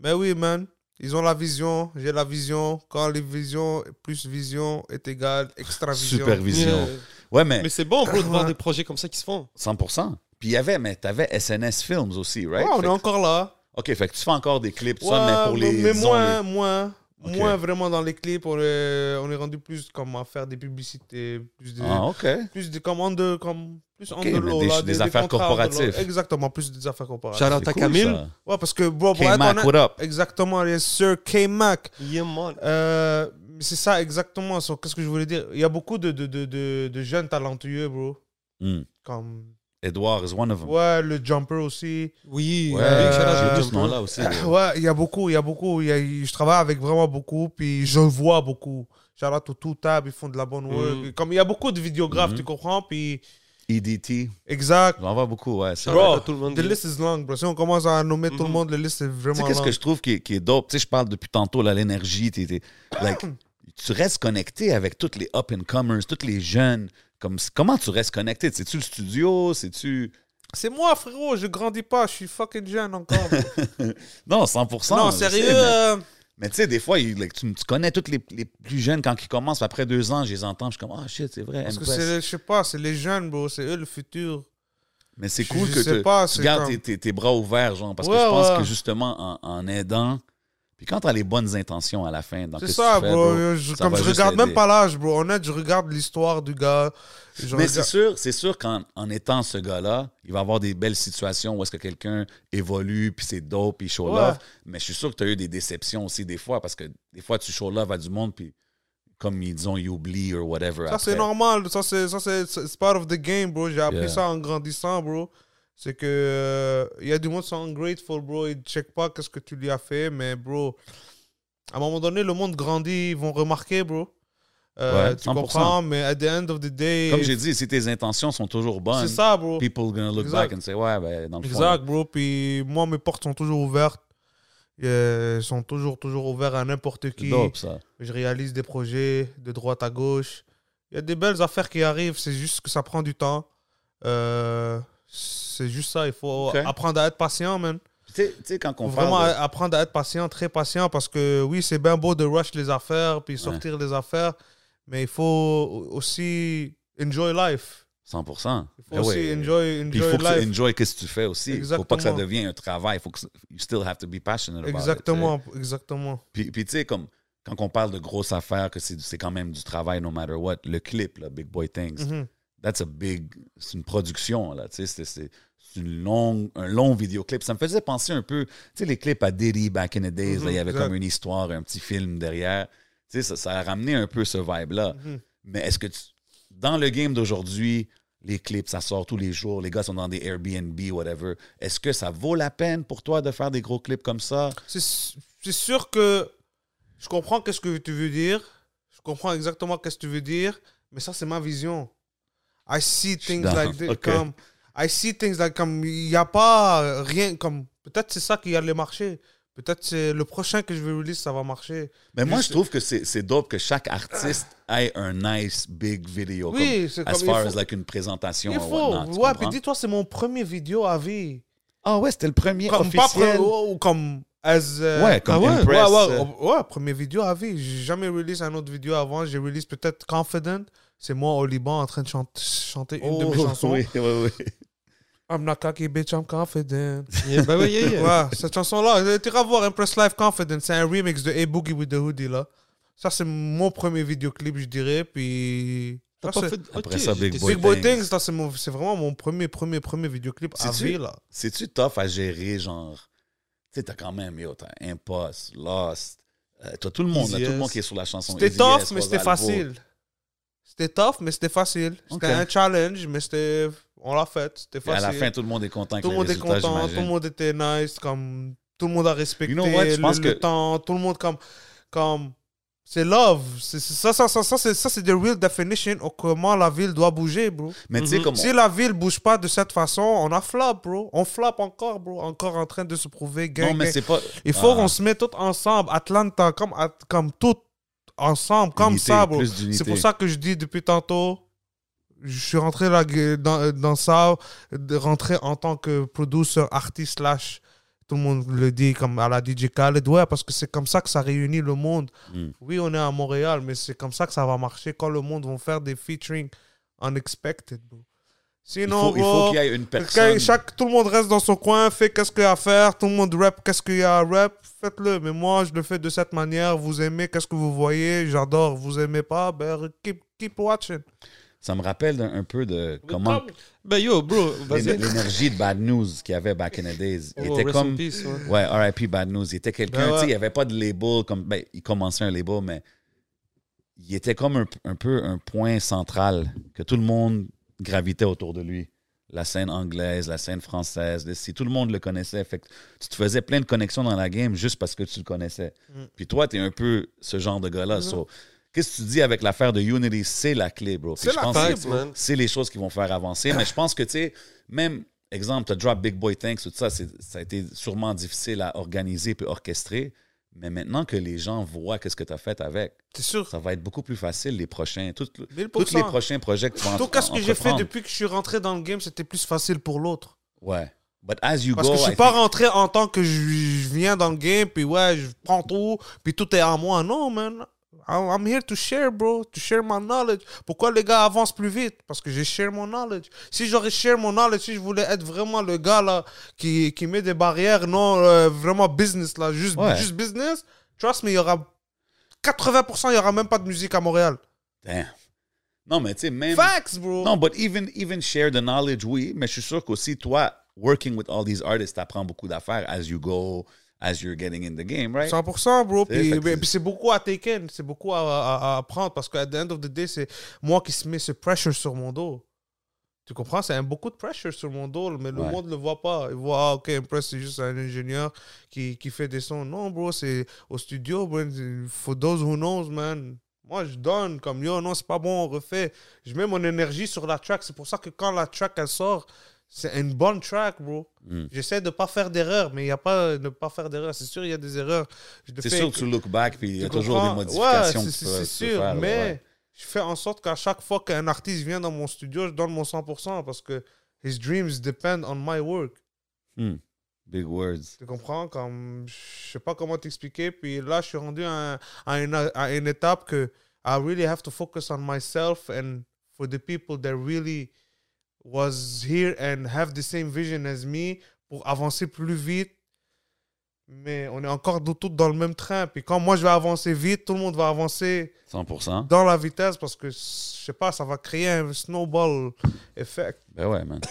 Mais oui, man. Ils ont la vision, j'ai la vision. Quand les visions plus vision est égale extravision. Supervision. Yeah. Ouais, mais Euh, Mais c'est bon, bro, de voir Ouais. des projets comme ça qui se font. 100%. Puis il y avait, mais t'avais SNS Films aussi, right? Ouais, on Fait est que- encore là. OK, fait que tu fais encore des clips, tout Oh, Ouais, ça, mais pour les... mais disons, moins, moins, Ok. moins vraiment dans les clips. On est, on est rendu plus comme à faire des publicités, plus les- des, Ah, OK. plus des commandes, de- comme plus en mais dehors, des- là, des affaires contrats en dehors. corporatives. Exactement, plus des affaires Shout corporatives. out à Camille. Ouais, parce que bro, pour être K-Mac, honnête- what up? exactement, yes, sir, K-Mac. Yeah, man. Euh, c'est ça exactement. So, Qu'est-ce que je voulais dire Il y a beaucoup de, de, de, de, de jeunes talentueux, bro. Mm. Comme Edouard is one of them. ouais, le jumper aussi. Oui, Ouais, big shout Euh, out j'ai à vu ce nom-là aussi. Ouais, il y a beaucoup, il y a beaucoup. Il y a- je travaille avec vraiment beaucoup, puis je vois beaucoup. Charlotte au tout table, ils font de la bonne work. Mm. Comme il y a beaucoup de vidéographes, Mhm. tu comprends Puis EDT, exact. E j'en vois beaucoup, ouais. ça. Shout out à tout le Mm-hmm. monde. The list is long, bro. Si on commence à nommer tout le Mhm. monde, la liste est Tu sais, vraiment Mm-hmm. qu'est-ce longue. que je trouve qui est, qui est dope? Tu sais, je parle depuis tantôt, là, l'énergie, t'es- t'es- like, tu restes connecté avec toutes les up-and-comers, tous les jeunes. Comme, comment tu restes connecté? C'est-tu le studio? C'est-tu... C'est moi, frérot. Je grandis pas. Je suis fucking jeune encore. bro. Non, 100%. non, je sérieux. sais, mais- euh, Mais tu sais, des fois, il- like, tu, tu connais tous les, les plus jeunes quand ils commencent, puis après deux ans, je les entends, je suis comme, ah shit, c'est vrai. Parce que Empress. c'est, je sais pas, c'est les jeunes, bro. C'est eux le futur. Mais c'est je- cool je que sais te- pas, tu c'est gardes comme- tes, tes- tes bras ouverts, genre, parce que Ouais, je pense ouais. que justement, en, en aidant, puis quand t'as les bonnes intentions à la fin, dans C'est qu'est-ce ça, que tu fais, bro. bro? Je- ça comme va je juste regarde même aider. pas l'âge, bro. Honnête, je regarde l'histoire du gars. Je Mais regarde- c'est sûr, c'est sûr qu'en en étant ce gars-là, il va avoir des belles situations où est-ce que quelqu'un évolue, puis c'est dope, puis show Ouais. love. Mais je suis sûr que tu as eu des déceptions aussi des fois, parce que des fois, tu show love à du monde, puis comme ils disent, ils oublient ou whatever. ça, c'est après. normal. Ça, c'est, ça, c'est, c'est it's part of the game, bro. J'ai appris Yeah. ça en grandissant, bro. C'est que. euh, Il y a du monde qui sont ungrateful, bro. Ils ne checkent pas qu'est-ce que tu lui as fait, mais, bro. À un moment donné, le monde grandit. Ils vont remarquer, bro. Euh, Ouais, tu 100%. comprends, mais at the end of the day. Comme j'ai dit, si tes intentions sont toujours bonnes, c'est ça, bro. people gonna look Exact. back and say, ouais, ben, dans le fond, Exact, bro. Puis moi, mes portes sont toujours ouvertes. Euh, Elles sont toujours, toujours ouvertes à n'importe c'est qui. dope, ça. Je réalise des projets de droite à gauche. Il y a des belles affaires qui arrivent, c'est juste que ça prend du temps. Euh, c'est juste ça, il faut Ok. apprendre à être patient, man. Tu sais- tu sais, quand on faut vraiment parle... de- a- apprendre à être patient, très patient, parce que oui, c'est bien beau de rush les affaires, puis sortir les affaires, mais il faut aussi enjoy life. 100%. Il faut Ben aussi oui. enjoy, Puis il faut euh, enjoy que tu life. enjoy ce que tu fais aussi. Il faut pas que ça Exactement. devienne un travail. Faut que ça- you still have to be passionate about it, tu sais. Exactement, exactement. Puis, puis tu sais, comme quand on parle de grosses affaires, que c'est c'est quand même du travail no matter what, le clip, là, Big Boy Things, Mhm. that's a big. C'est une production, là. Tu sais, c'est- c'est c'est une longue, un long vidéoclip. Ça me faisait penser un peu, tu sais, les clips à Diddy back in the days, là, Mhm, il y avait exact. comme une histoire, un petit film derrière. Tu sais, ça, ça a ramené un peu ce vibe-là. Mhm. Mais est-ce que tu, dans le game d'aujourd'hui, les clips, ça sort tous les jours, les gars sont dans des Airbnb, whatever. Est-ce que ça vaut la peine pour toi de faire des gros clips comme ça? C'est s- c'est sûr que je comprends qu'est-ce que tu veux dire. Je comprends exactement qu'est-ce que tu veux dire. Mais ça, c'est ma vision. I see suis things down. like this. Ok. Comme, I see things like comme il n'y a pas rien comme peut-être c'est ça qui a les marchés. Peut-être c'est le prochain que je vais release, ça va marcher. Mais moi, Juste- Ah. je trouve que c'est c'est dope que chaque artiste ait un nice big video. Oui, c'est comme, as comme- far il as faut- like une présentation. Il or faut. whatnot, tu ouais, puis comprends? dis-toi, c'est mon premier vidéo à vie. Ah ouais, c'était le premier Comme pas officiel. pre- oh, ou- ou comme as euh, Ouais, comme ah Impress, Ouais, ouais, euh. ouais, ouais, première vidéo à vie. J'ai jamais release un autre vidéo avant. J'ai release peut-être Confident. C'est moi au Liban en train de chante- chanter une de mes Oh, chansons. oui, oui, oui. I'm not cocky, bitch, I'm confident. Yeah, bah ouais, yeah, yeah. ouais, cette chanson-là, euh, tu vas voir Impress Live Confident. C'est un remix de Hey Boogie with the Hoodie, là. Ça, c'est mon premier vidéoclip, je dirais. Puis. T'as ça, pas Ah, c'est- fait- Après ok, Bah, ça, Big j'étais Boy. Big Boy Things. Things, ça, c'est mon- c'est vraiment mon premier, premier, premier vidéoclip à C'est-tu- vie, là. C'est-tu tough à gérer, genre... Tu sais, t'as quand même, yo, t'as Impost, Lost... euh, t'as tout le monde, là, Easy tout le monde S. qui est sur la chanson. C'était Easy tough, S, mais c'était Rosalvo. facile. C'était tough, mais c'était facile. C'était Ok. un challenge, mais c'était. On l'a fait. C'était Et à facile. la fin, tout le monde est content tout le monde est content, tout le monde était nice, comme. Tout le monde a respecté You know what, je pense le, que- le temps, tout le monde comme. comme c'est love. C'est- c'est- ça, ça, ça, ça, c'est, ça, c'est the real definition of comment la ville doit bouger, bro. Mais tu sais, Mhm. comme... Si la ville bouge pas de cette façon, on a flop, bro. On flop encore, bro. Encore en train de se prouver gang, Non, mais gang. c'est pas... Il faut Ah. qu'on se mette tous ensemble, Atlanta, comme, at- comme tout ensemble, comme Unité, ça, bro. plus d'unité. C'est pour ça que je dis depuis tantôt, je suis rentré là, gue- dans, dans ça, de rentrer en tant que producer, artiste, slash. Tout le monde le dit comme à la DJ Khaled, ouais, parce que c'est comme ça que ça réunit le monde. Mm. Oui, on est à Montréal, mais c'est comme ça que ça va marcher quand le monde va faire des featuring unexpected, bro. Il Sinon, faut il bro, faut qu'il y ait une Quelqu'un- personne... chaque, tout le monde reste dans son coin, fait qu'est-ce qu'il y a à faire, tout le monde rap, qu'est-ce qu'il y a à rap, faites-le. Mais moi, je le fais de cette manière, vous aimez, qu'est-ce que vous voyez, j'adore, vous aimez pas, ben keep, keep watching. Ça me rappelle d'un- un peu de comment... Bah yo, bro, vas-y. L'éner- L'énergie de Bad News qu'il y avait back in the days. Il Oh, était rest in comme. peace, ouais. Ouais, RIP Bad News. Il était quelqu'un, Ben tu ouais. sais, il n'y avait pas de label. Comme, ben, il commençait un label, mais il était comme un, un peu un point central que tout le monde gravitait autour de lui. La scène anglaise, la scène française, si tout le monde le connaissait. Fait que tu te faisais plein de connexions dans la game juste parce que tu le connaissais. Puis toi, tu es un peu ce genre de gars-là. So, Qu'est-ce que tu dis avec l'affaire de Unity? C'est la clé, bro. Puis C'est je la pense clé, que- Facts, man. c'est les choses qui vont faire avancer. Mais je pense que, tu sais, même, exemple, tu drop Big Boy Thanks, tout ça, c'est- ça a été sûrement difficile à organiser puis orchestrer. Mais maintenant que les gens voient qu'est-ce que tu as fait avec, C'est sûr. ça va être beaucoup plus facile les prochains. Tout, tous 1000%. les prochains projets que tu vas En en- tout cas, ce que j'ai fait entreprendre. depuis que je suis rentré dans le game, c'était plus facile pour l'autre. Ouais. But as you Parce go, que je I suis pas think- rentré en tant que je, je viens dans le game, puis ouais, je prends tout, puis tout est en moi. Non, man. I'm I'm here to share, bro. To share my knowledge. Pourquoi les gars avancent plus vite Parce que j'ai share mon knowledge. Si j'aurais share mon knowledge, si je voulais être vraiment le gars là qui, qui met des barrières, non, euh, vraiment business là, juste, Ouais. juste business, trust me, il y aura 80%, il n'y aura même pas de musique à Montréal. Damn. Non, mais tu sais, même. Facts, bro. Non, but even, even share the knowledge, oui, mais je suis sûr qu'aussi, toi, working with all these artists, t'apprends beaucoup d'affaires as you go, as you're getting in the game, right? 100%, bro. C'est- fait Puis, que c'est- puis c'est beaucoup à take in, c'est beaucoup à, à, à apprendre parce qu'à the end of the day, c'est moi qui se mets ce pressure sur mon dos. Tu comprends? C'est un beaucoup de pressure sur mon dos, mais le Ouais. monde ne le voit pas. Il voit, ah, ok, Impress, c'est juste un ingénieur qui, qui fait des sons. Non, bro, c'est au studio, bro. c'est- For those who knows, man. Moi, je donne comme yo, non, c'est pas bon, on refait. Je mets mon énergie sur la track. C'est pour ça que quand la track, elle sort, c'est une bonne track, bro. Mm. J'essaie de pas faire d'erreurs, mais il n'y a pas ne pas faire d'erreurs. C'est sûr, il y a des erreurs. Je le C'est fais- sûr que tu look back, puis il y a tu toujours des comprends? modifications. Ouais, que c'est tu peux- c'est tu peux sûr, faire, là, mais ouais. je fais en sorte qu'à chaque fois qu'un artiste vient dans mon studio, je donne mon 100% parce que his dreams depend on my work. Big words. Tu comprends? Comme, je sais pas comment t'expliquer. Puis là, je suis rendu à, à une, à une étape que I really have to focus on myself and for the people that really was here and have the same vision as me pour avancer plus vite. Mais on est encore do- tous dans le même train. Puis quand moi, je vais avancer vite, tout le monde va avancer 100%. dans la vitesse parce que, je sais pas, ça va créer un snowball effect. Ben ouais, man.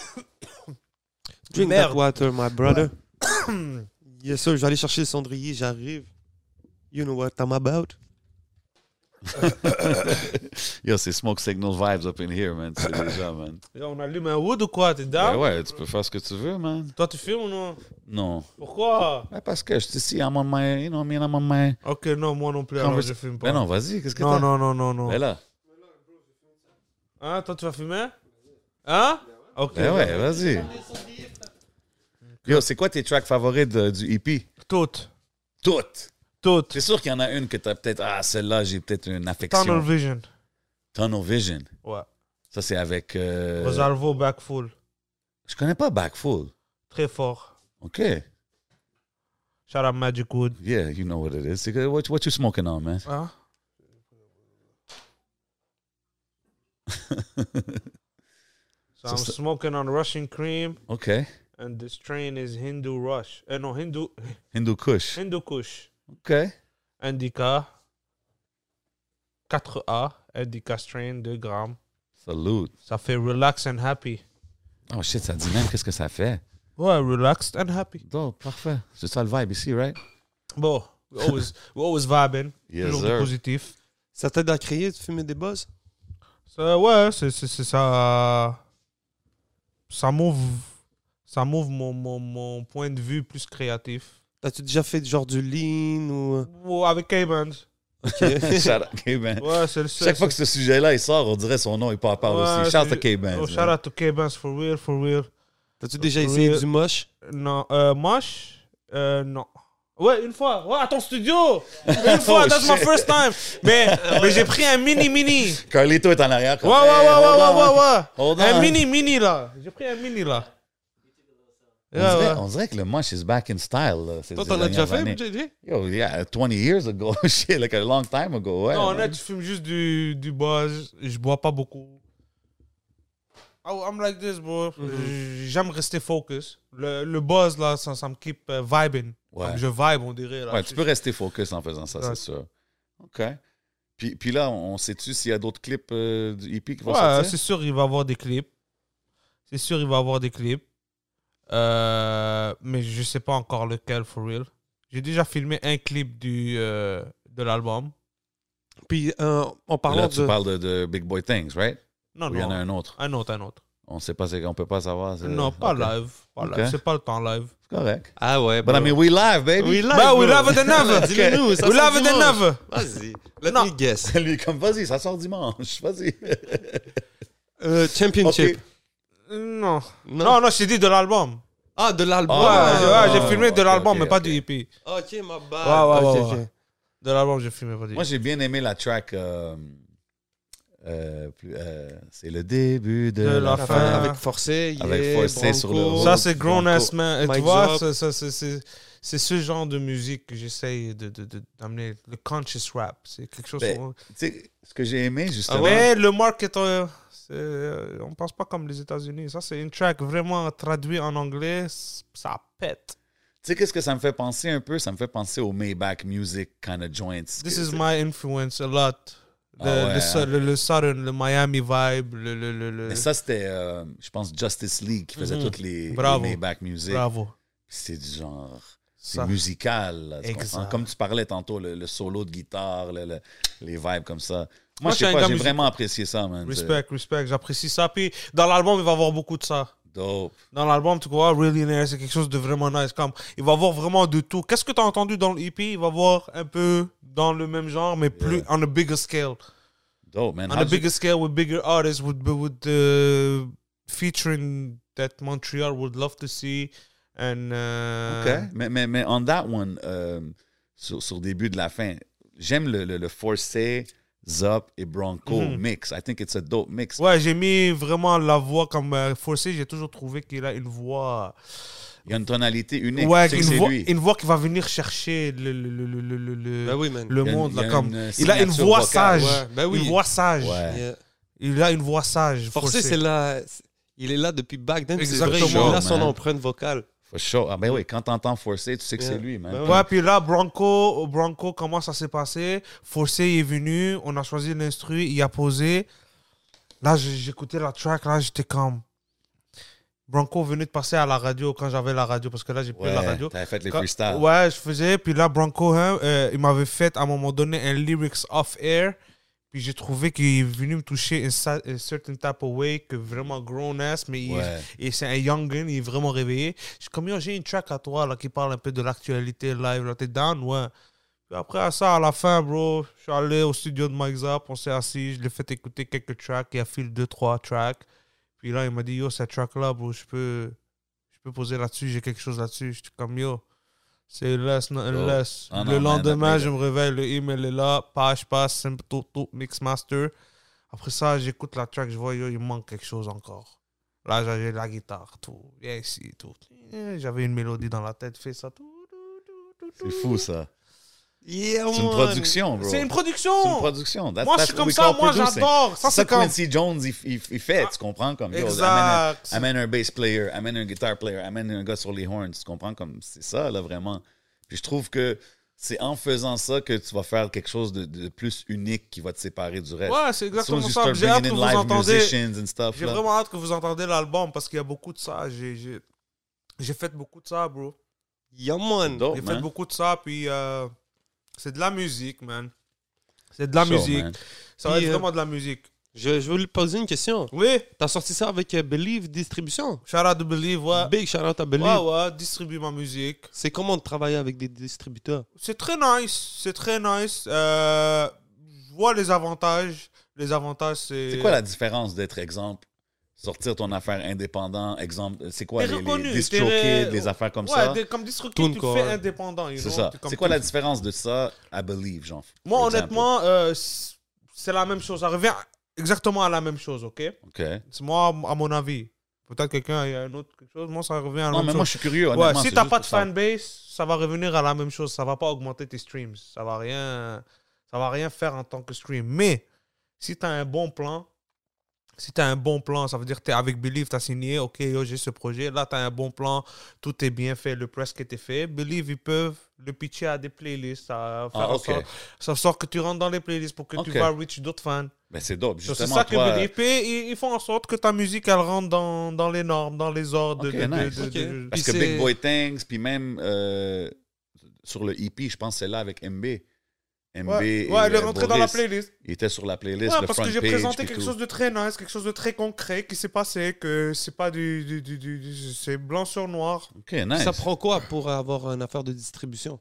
Drink Merde. that water, my brother. yes, sir, je vais aller chercher le cendrier, j'arrive. You know what I'm about. Yo, c'est Smoke Signal Vibes up in here, man. C'est déjà, man. Là, on allume un wood ou quoi? T'es down? Ben ouais, tu peux faire ce que tu veux, man. Toi, tu filmes ou non? Non. Pourquoi? Ben parce que je te dis, I'm on my, you know, me I'm on my... Ok, non, moi non plus, Convers- alors je fume pas. Ben non, vas-y, qu'est-ce que non, t'as? non, non, non, non. Ben là. Hein, toi, tu vas fumer Hein Ok. Ben ouais, vas-y. Yo, c'est quoi tes tracks favoris de- du E EP? Toutes. Toutes. Toutes. C'est sûr qu'il y en a une que t'as peut-être. Ah, celle-là, j'ai peut-être une affection. Tunnel Tunnel, Vision. Vision. Ouais. Ça, c'est avec. euh, Rosalvo back full. Je connais pas Backful. Très fort. OK. Shout out Magic Wood. Yeah, you know what it is. C'est que- What, what you smoking on, man? Hein? so I'm So- smoking on Russian cream, OK. and this strain is Hindu Rush. Eh, no, Hindu Hindu Kush. Hindu Kush. OK. Indica 4A, Indica strain, 2 grammes. Salute. Ça fait relax and happy. Oh shit, ça dit même qu'est-ce que ça fait. Ouais, relaxed and happy. Donc, parfait. C'est ça le vibe ici, right? Bon, we always, we always vibing. Yes, toujours du sir. positif. Ça t'aide à créer, de fumer des buzz? Ça, ouais, c'est c'est- c'est ça. uh, Ça m'ouvre. Ça m'ouvre mon, mon, mon point de vue plus créatif. T'as-tu déjà fait genre du lean ou... euh, Ou avec Cayman. Shout out K-Man. Ouais, c'est le seul. Chaque fois que ce sujet-là il sort, on dirait son nom, il part parle Ouais, aussi. Shout out c'est- à K-Man. Oh, man. shout out to Cayman, for real, for real. T'as-tu déjà essayé Oui. du moche? Non, euh, moche euh, Non. Ouais, une fois. Ouais, à ton studio. Une fois, Oh, that's my shit. first time. Mais, mais j'ai pris un mini mini. Carlito est en arrière. Ouais, comme, ouais, ouais, hey, hold ouais, on. ouais, ouais, ouais. Hold on. Un mini mini là. J'ai pris un mini là. Ouais, On ouais. dirait, on dirait que le moche is back in style. Là, ces Toi, ces t'en as déjà dernières fait, années. JJ? Yo, yeah, 20 years ago. Shit, like a long time ago. Ouais. Non, là, tu fumes juste du, du buzz. Je bois pas beaucoup. Oh, I'm like this, bro. Mm-hmm. J- J'aime rester focus. Le, le buzz, là, ça, ça me keep euh, vibing. Ouais. Comme je vibe, on dirait. Là. Ouais, tu peux rester focus en faisant ça, Ouais. c'est sûr. OK. Puis, puis là, on sait-tu s'il y a d'autres clips euh, du EP qui vont Ouais, c'est sortir? sûr, il va avoir des clips. C'est sûr, il va avoir des clips. Euh, mais je sais pas encore lequel, for real. J'ai déjà filmé un clip du, euh, de l'album. Puis euh, en parlant là, tu de... parles de, de Big Boy Things, right? Non, Ou il y non. en a Un... un autre. autre, un autre. On sait pas, c'est- on peut pas savoir. c'est- Non, pas OK. live. Pas live. Ok. C'est pas le temps live. C'est correct. Ah ouais, But I mean, we live, baby. We live, Bah, we bro. love the never. Dis-le-nous, ça We sort love the dimanche. never. Vas-y, let Non. me guess. Lui, comme, vas-y, ça sort dimanche. Vas-y. Euh, championship. OK. Non. Non. Non, non, je t'ai dit de l'album. Ah, de l'album. Ouais, Ah, ouais, j'ai ouais, filmé de ok, l'album, ok, mais pas ok. du hippie. Ok, Ah, ma Ouais, bad. ouais, Ok, ouais, ok. ouais. De l'album, j'ai filmé pas du Moi, j'ai bien aimé la track. euh, euh, plus- euh, c'est le début de, De la Enfin, fin. avec forcé, yeah, Avec Forcé sur le Bronco. road. Ça, c'est grown Bronco. ass man. Et tu Mic vois, drop. ça- ça- c'est- c'est c'est ce genre de musique que j'essaye de- de- de- d'amener. Le conscious rap, c'est quelque chose. Ben, qu'on- Tu sais, ce que j'ai Ah aimé, justement. Mais le market, euh, c'est, euh, on pense pas comme les États-Unis. Ça, c'est une track vraiment traduite en anglais. c- Ça pète. Tu sais, qu'est-ce que ça me fait penser un peu? Ça me fait penser au Maybach Music kind of joints. This Que- is my influence a lot. Le, Ah ouais, le so- hein. le- le Southern, le Miami vibe, le. le, le, le- Mais ça, c'était, euh, je pense, Justice League qui faisait Mhm. toutes les, les Bravo. Maybach Music. Bravo. C'est du genre. C'est Ça. musical. là, tu Exact. comprends? Comme tu parlais tantôt, le, le solo de guitare, le- le- les vibes comme ça. Moi, je Moi, je suis sais un pas, gars j'ai musical. vraiment apprécié ça, man. Respect, respect, j'apprécie ça. Puis dans l'album, il va y avoir beaucoup de ça. C'est Dope. Dans l'album, tu vois, Millionaire, c'est quelque chose de vraiment nice. Comme, il va y avoir vraiment de tout. Qu'est-ce que tu as entendu dans le EP Il va y avoir un peu dans le même genre, mais plus on a bigger scale. Dope, man. On How'd a you- bigger scale with bigger artists, with, with uh, featuring that Montreal would love to see. And, uh, OK. Mais, mais, mais on that one, euh, sur, sur début de la fin, j'aime le, le, le Forcé, Zop et Bronco Mhm. mix. I think it's a dope mix. Ouais, j'ai mis vraiment la voix comme euh, Forcé. J'ai toujours trouvé qu'il a une voix. Il y a une tonalité unique. Ouais, Tu sais que une c'est voix, lui. Bah une voix qui va venir chercher le, le, le, le, le- le- le- Ben oui, man. le Il y a une- monde. il y Là, a comme, une il a une signature voix vocale. sage. Ouais, ben oui. Une voix sage. Ouais. Yeah. Il a une voix sage. Forcé, Forcé. c'est là. c'est- Il est là depuis back then. c'est Exactement. vrai, Il a Show, son man. empreinte vocale. For sure. Ah ben oui, quand t'entends Forcé, tu sais que Yeah. c'est lui, man. Ben Ouais, puis là, Bronco, Bronco, comment ça s'est passé Forcé est venu, on a choisi l'instru, il a posé. Là, j'ai- j'écoutais la track, là, j'étais comme. Bronco venait de passer à la radio quand j'avais la radio, parce que là, j'ai plus Ouais, la radio. t'avais fait les Quand- freestyles. Ouais, je faisais. Puis là, Bronco, hein, euh, il m'avait fait à un moment donné un lyrics off-air. Puis j'ai trouvé qu'il est venu me toucher un, sa- un certain type of way que vraiment grown ass, mais il- Ouais. et c'est un youngin, il est vraiment réveillé. Je suis comme, Yo, j'ai une track à toi là, qui parle un peu de l'actualité live, là, t'es down, ouais. Puis après à ça, à la fin, bro, je suis allé au studio de Mike Zap, on s'est assis, je l'ai fait écouter quelques tracks, il a filé deux, trois tracks. Puis là, il m'a dit, yo, cette track-là, bro, je peux, je peux poser là-dessus, j'ai quelque chose là-dessus. J'étais comme, yo, c'est less, not Oh. unless. Ah non, le man, lendemain, mais- je me réveille, le email est là, page, passe, simple, tout, tout, mix master. Après ça, j'écoute la track, je vois, yo, il manque quelque chose encore. Là, j'avais la guitare, tout, viens ici, tout. Eh, J'avais une mélodie dans la tête, fais ça, tout. C'est fou, ça. Yeah, C'est une man. production, bro. C'est une C'est une production. production. That's- Moi, je that's suis what comme we ça, call moi, producing. j'adore. C'est Ça, ça c'est que comme. Quincy Jones, il, il- il fait, tu comprends? Comme, yo, amène un- Exact. amène un bass player, amène un guitar player, amène un gars sur les horns. Tu comprends? Comme c'est ça, là, vraiment. Puis je trouve que c'est en faisant ça que tu vas faire quelque chose de, de plus unique qui va te séparer du reste. Ouais, c'est As soon exactement as you ça. start J'ai hâte que bringing vous in live entendez. musicians and stuff, J'ai là. vraiment hâte que vous entendez l'album parce qu'il y a beaucoup de ça. J'ai- J'ai j'ai fait beaucoup de ça, bro. Yeah, man. Dope, J'ai fait Oh, man. beaucoup de ça, puis euh, c'est de la musique, man. C'est de la Sure, musique. man. Ça va Puis, être euh, vraiment de la musique. Je, je veux lui poser une question. Oui, T'as sorti ça avec euh, Believe Distribution. shout out to Believe, ouais. Big shout out à Believe. Ouais, ouais, distribue ma musique. C'est comment de travailler avec des distributeurs. C'est très nice, c'est très nice. Euh, je vois les avantages. Les avantages, c'est. C'est quoi la différence d'être exemple? Sortir ton affaire indépendant, exemple, c'est quoi T'es les, reconnu, les t'es DistroKid, re- les affaires comme Ouais, ça? des- comme district, tu TuneCore. le fais indépendant. you C'est know, ça. t'es comme C'est quoi tu- la différence de ça à Believe, genre? Moi, for example? honnêtement, euh, c- c'est la même chose. Ça revient exactement à la même chose, ok OK. C'est moi, à mon avis. Peut-être quelqu'un il y a un autre quelque chose. Moi, ça revient à la Non, même mais chose. moi, je suis curieux, Ouais, honnêtement. si c'est t'as juste pas de pour savoir. fanbase, ça va revenir à la même chose. Ça va pas augmenter tes streams. Ça va rien, ça va rien faire en tant que stream. Mais si t'as un bon plan, si t'as un bon plan, ça veut dire que t'es avec Believe, t'as signé, ok, yo, j'ai ce projet. Là, t'as un bon plan, tout est bien fait, le press qui était fait. Believe, ils peuvent le pitcher à des playlists. Ça, faire Ah, en ok. sorte- ça sort que tu rentres dans les playlists pour que Ok. tu vas reach d'autres fans. Ben, c'est dope. So, Justement, C'est ça que toi, Believe. Et ils- ils font en sorte que ta musique, elle rentre dans, dans les normes, dans les ordres. de- Ok, de- de- nice. de- Ok. de- Parce Puis que c'est- Big Boy Things, puis même euh, sur le EP, je pense que c'est là avec MB. MB Ouais, et, ouais, elle est euh, rentrée dans la Boris, playlist. Il était sur la playlist, Ouais, le parce front que j'ai page, présenté puis quelque tout. chose de très nice, quelque chose de très concret qui s'est passé, que c'est pas du. du, du, du- du- c'est blanc sur noir. OK, nice. Ça prend quoi pour avoir une affaire de distribution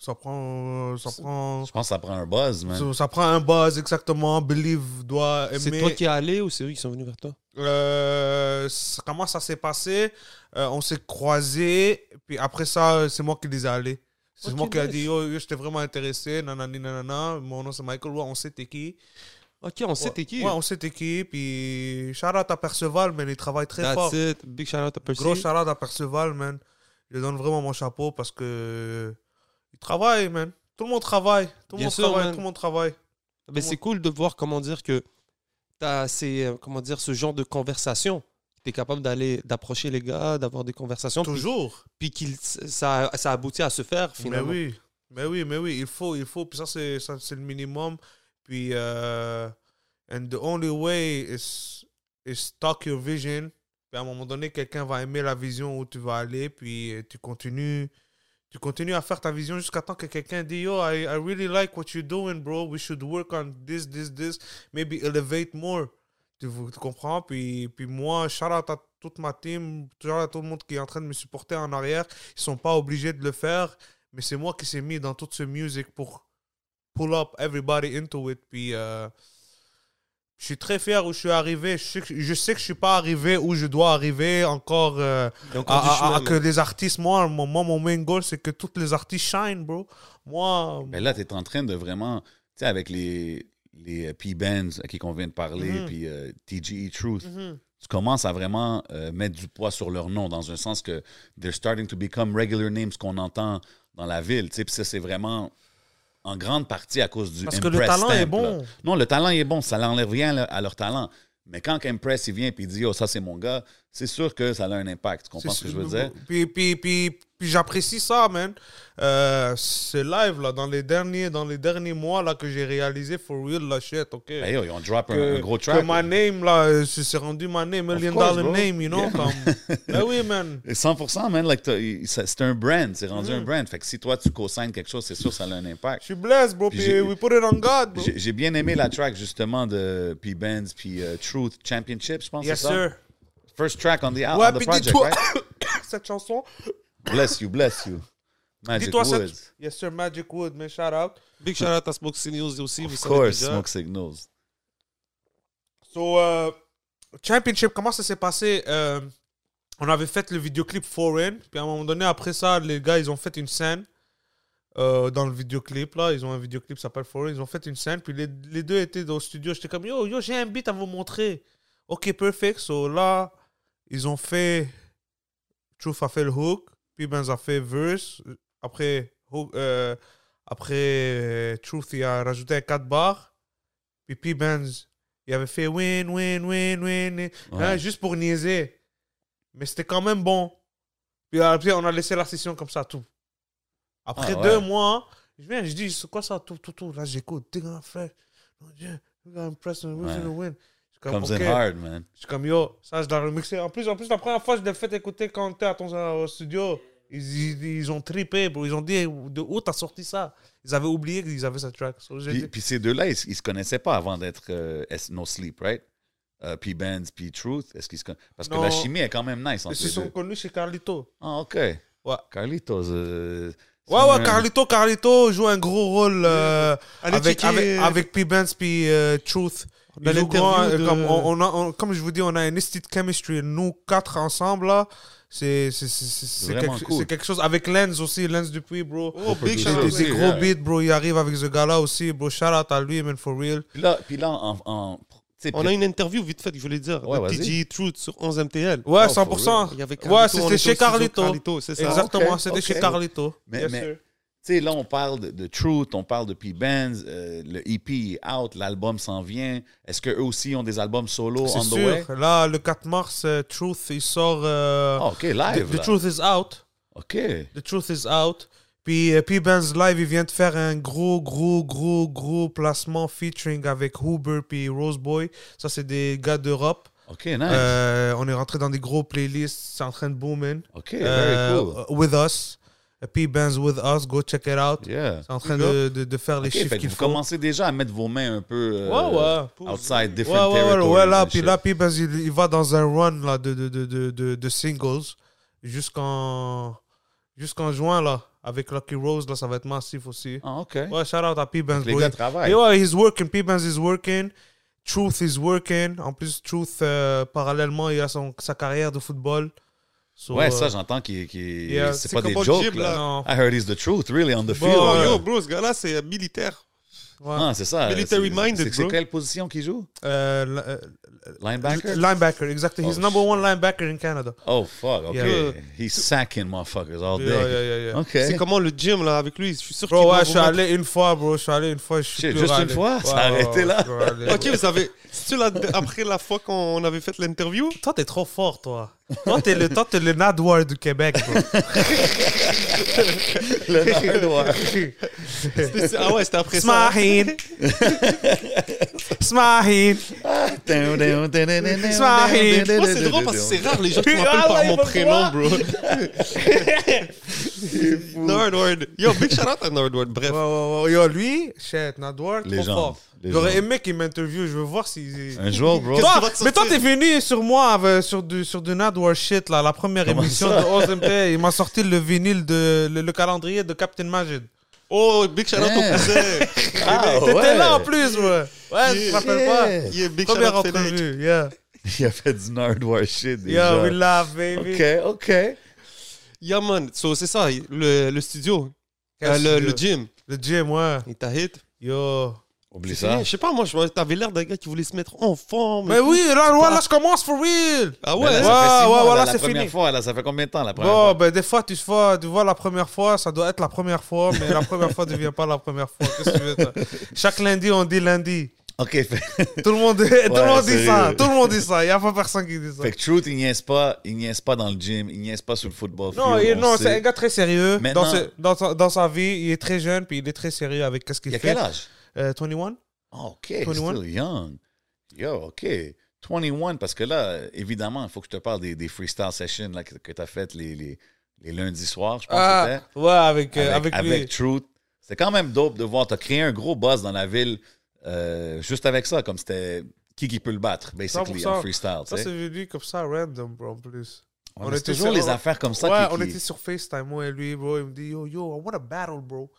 Ça prend. euh, Ça C'est- prend. Je pense que ça prend un buzz, man. Ça, ça prend un buzz exactement. Believe doit aimer. C'est toi qui es allé ou c'est eux qui sont venus vers toi Euh, c- comment ça s'est passé Euh, On s'est croisés, puis après ça, euh, c'est moi qui les ai allés. C'est Ok, moi qui a nice. dit Yo, yo, j'étais vraiment intéressé, nanani, nanana. Mon nom c'est Michael, ouais, on sait t'es qui. Ok, on sait t'es qui. Ouais, on sait t'es qui. Puis, shout out à Perceval, mais il travaille très That's fort. it. Big shout out à Percy. Gros shout-out à Perceval, man. Je lui donne vraiment mon chapeau parce que il travaille, man. Tout le monde travaille. Tout le Bien monde sûr, travaille. man. Tout le monde travaille. Ben, c'est cool de voir comment dire que t'as ces, euh, comment dire, ce genre de conversation. T'es capable d'aller d'approcher les gars, d'avoir des conversations, puis- Toujours. puis, qu'il ça, ça aboutit à se faire Mais finalement. oui. Mais oui, mais oui. Il faut, il faut. Puis ça, c'est, ça, c'est le minimum. Puis, euh, and the only way is, is talk your vision. Puis à un moment donné, quelqu'un va aimer la vision où tu vas aller. Puis euh, tu continues. Tu continues à faire ta vision jusqu'à temps que quelqu'un dit Yo, I, I really like what you're doing, bro. We should work on this, this, this. Maybe elevate more. Tu, vous- tu comprends? Puis, puis moi, shout out à toute ma team, shout out à tout le monde qui est en train de me supporter en arrière. Ils sont pas obligés de le faire, mais c'est moi qui s'est mis dans toute ce music pour pull up everybody into it. Puis euh, je suis très fier où je suis arrivé. Je sais, que, je sais que je suis pas arrivé où je dois arriver encore. euh, Il y a encore du à- à- chemin, à que les artistes, moi, mon- moi, mon main goal, c'est que toutes les artistes shine, bro. Moi, Ben là, tu es en train de vraiment, tu sais, avec les, les euh, P-Bands à qui on vient de parler, Mhm. puis euh, TGE Truth, mhm, tu commences à vraiment euh, mettre du poids sur leur nom, dans un sens que they're starting to become regular names qu'on entend dans la ville. tu sais, Puis ça, c'est vraiment en grande partie à cause du parce que le Impress talent est stamp, là. bon. Non, le talent est bon, ça n'enlève rien à leur- à leur talent. Mais quand Impress, il vient et il dit, oh, ça, c'est mon gars, c'est sûr que ça a un impact. Tu comprends ce C'est que je veux sûr, dire? bro. Puis, puis, puis, puis j'apprécie ça, man. Euh, ce live, là, dans les derniers, dans les derniers mois, là, que j'ai réalisé for real, la shit, OK? Ben, yo, ils ont drop un, que, un gros que track. my name, là, euh, c'est c'est rendu my name, million course, dollar bro. name, you know? Yeah. Comme... ben oui, man. 100%, man. Like, t'as- il- ça- c'est un brand. C'est rendu Mhm. un brand. Fait que si toi, tu co-signes quelque chose, c'est sûr ça a un Je impact. suis blessed, bro. Puis Puis j'ai- we put it on God, bro. J'ai j'ai bien aimé la track, justement, de P-Benz puis euh, Truth Championship, je pense. Yes, c'est ça? sir. First track on the, on Ouais, the puis project, dis-toi, right? cette chanson. Bless you, bless you. Magic Dis-toi Woods. cette. Yes, sir, Magic Wood, man, shout out. Big shout out à Smoke Signals aussi. vous Of savez course, déjà. Smoke Signals. So, euh, Championship, comment ça s'est passé Euh, On avait fait le vidéoclip Foreign, puis à un moment donné, après ça, les gars, ils ont fait une scène euh, dans le vidéoclip, là. Ils ont un vidéoclip qui s'appelle Foreign, ils ont fait une scène, puis les, les deux étaient dans le studio. J'étais comme, yo, yo, j'ai un beat à vous montrer. Ok, perfect. So là, ils ont fait. Truth a fait le hook, puis Benz a fait verse. Après, hook- euh, après euh, Truth, il a rajouté un 4 bars. Puis P. Benz, il avait fait win, win, win, win. hein, Ouais. juste pour niaiser. Mais c'était quand même bon. Puis après, on a laissé la session comme ça, tout. Après Ah, ouais. deux mois, je viens, je dis, c'est quoi ça, tout, tout, tout. Là, j'écoute, t'es un frère. Mon Dieu, we got impressed, we're Ouais. gonna win. Je suis comme, Comes ok. in hard, man. Je suis comme yo, ça je dois remixer. En plus, en plus, la première fois, je l'ai fait écouter quand t'es à ton au studio. Ils, ils, ils ont trippé, bro. Ils ont dit de où t'as sorti ça. Ils avaient oublié qu'ils avaient cette track. So, j'ai Puis, dit- puis ces deux-là, ils, ils se connaissaient pas avant d'être euh, S- No Sleep, right? Euh, puis Benz, puis Truth. Est-ce qu'ils se conna- Parce que Non. la chimie est quand même nice Ils entre se les sont deux. connus chez Carlito. Ah, OK. Ouais. Carlitos. euh, Ouais, c'est ouais, un- Carlito, Carlito joue un gros rôle euh, Allez avec, checker, avec, euh, avec P-Benz puis euh, Truth. Dans Ils jouent gros, l'interview hein, de- comme, on, on a, on- comme je vous dis, on a une esthétique chemistry. Nous quatre ensemble, là, c'est c'est- c'est- c'est- c'est Vraiment quelque, cool. c'est quelque chose. Avec Lens aussi, Lens Dupuis, bro. Oh, big Des, shout out. des- des aussi, gros ouais. beats, bro. Il arrive avec ce gars-là aussi, bro. Shout out à lui, man, for real. Puis là, puis là en, en- tu sais, euh, On a une interview vite faite, je voulais dire, Ouais, de vas-y. PG Truth sur 11MTL. Ouais, Oh, 100%. Il y avait ouais, Carlito, on était c'était au chez studio Carlito. Carlito, c'est ça. Exactement, ok, c'était ok. chez Carlito. Mais- Yes, mais- sir. Tu sais, là, on parle de, de Truth, on parle de P-Benz, euh, le EP est out, l'album s'en vient. Est-ce qu'eux aussi ont des albums solo c'est on the way? sûr. Là, le 4 mars, euh, Truth, il sort. euh, Ah, OK, the, live. The là. Truth is out. OK. The Truth is out. Puis euh, P-Benz Live, il vient de faire un gros, gros, gros, gros placement featuring avec Huber puis Roseboy. Ça, c'est des gars d'Europe. OK, nice. Euh, on est rentré dans des gros playlists. C'est en train de boomer. OK, very Euh, cool. With Us. P-Benz With Us. Go check it out. yeah. oh, C'est en train de, de, de faire les OK, chiffres fait que qu'il vous faut. commencez déjà à mettre vos mains un peu euh, Ouais, ouais. outside Ouais, different ouais, ouais, territories. ouais, là, and puis shit. là, puis ben, il, il va dans un run là, de, de, de, de, de, de singles jusqu'en jusqu'en juin, là, avec Lucky Rose, là, ça va être massif aussi. Ah, OK. Ouais, shout out à P-Benz, Les bro. gars travaillent. Et ouais, he's working, P-Benz is working, Truth is working. En plus, Truth, euh, parallèlement, il a son, sa carrière de football. So, Ouais, euh, ça, j'entends qu'il. qu'il- Yeah, c'est c'est pas comme des Bob jokes, Jib, là. non. I heard he's the truth, really, on the Bon, field. Oh, là. yo, bro, ce gars-là, c'est euh, militaire. Ouais. Ah, c'est ça. Military C'est- minded, c'est- C'est bro. quelle position qu'il joue? Euh, li- euh, Linebacker? linebacker, exactly. He's Oh, number one linebacker in Canada. Oh fuck, ok. Yeah. He's sacking motherfuckers all day. Yeah, yeah, yeah, yeah. Ok. C'est comment le gym, là, avec lui Je suis sûr qu'il Bro, va ouais, vous je suis mettre- allé une fois, bro. Je suis allé une fois. Je suis Shit, plus juste une allé. fois? Ouais, Ça ouais, a arrêté ouais, là? je suis allé, Ok, ouais. vous avez. C'est-tu la- après la fois qu'on avait fait l'interview Toi, t'es trop fort, toi. Toi, t'es le, toi, t'es le Nadwar du Québec, bro. C'était- c'est- Ah ouais, c'était après ça. Smahin. Smahin. Moi, c'est drôle parce que c'est rare les gens qui m'appellent Ah, par mon prénom, bro. Nordward. Yo, big shout out à Nordward. Bref. Ouais, ouais, ouais. Yo, lui, shit, Nadwar, trop Légende, légende. fort. Hein? J'aurais aimé qu'il m'interviewe. Je veux voir si. Un jour, bro. Qu'est-ce Toi, qui va te mais toi, t'es sortir venu sur moi avec- sur du, sur du Nadwar shit, là, la première Comment émission ça de OSMT. Il m'a sorti le vinyle, de, le, le calendrier de Captain Majid. Oh, big shout out Yeah. au cousin. Ah, T'étais ouais. là en plus, ouais. Ouais, je me rappelle pas. Shit. Yeah, big shout Première out Félix. entrevue, yeah. Il a fait du Nardwar shit déjà. Yeah, we love, baby. Ok, ok. Yeah, man. So, c'est ça, le, le studio. Quel Ah, Euh, le, studio? le gym. Le gym, ouais. Il t'a hit. Yo. Oublie C'est fini. ça. Je sais pas, moi, je- t'avais l'air d'un gars qui voulait se mettre en forme. Mais Ben oui, là, ouais, là, je commence for real. Ah Mais ouais? là, ça fait six Ouais, mois, ouais, là, voilà, la c'est première fini. fois, là, ça fait combien de temps la première Bon, fois? ben, des fois, tu vois, tu vois, la première fois, ça doit être la première fois, mais la première fois ne devient pas la première fois. Qu'est-ce que tu veux, toi? Chaque lundi, on dit lundi. Ok, fait, Tout le monde, tout le monde dit sérieux. ça. Tout le monde dit ça. Il n'y a pas personne qui dit ça. fait que Truth, il niaise pas, il niaise pas dans le gym, il niaise pas sur le football. Non, field, il- on non c'est sait. un gars très sérieux. Maintenant- Dans, ce- dans, sa- dans sa vie, il est très jeune, puis il est très sérieux avec qu'est-ce qu'il Il a fait. quel âge? Euh, 21 Oh, OK, 21. still young. Yo, OK. 21, parce que là, évidemment, il faut que je te parle des, des freestyle sessions là, que, tu as faites les, les, les lundis soirs, je pense que Ah, c'était. ouais, avec, euh, Avec, avec, lui. avec Truth. C'est quand même dope de voir. Tu as créé un gros buzz dans la ville euh, juste avec ça, comme c'était qui qui peut le battre, basically, 100%. en freestyle. tu Ça, sais. c'est venu comme ça, random, bro, en plus. Ouais, on mais c'est était toujours sur- les affaires comme ça ouais, qui. on qui- était sur FaceTime, moi et lui, bro. Il me dit, yo, yo, I want a battle, bro.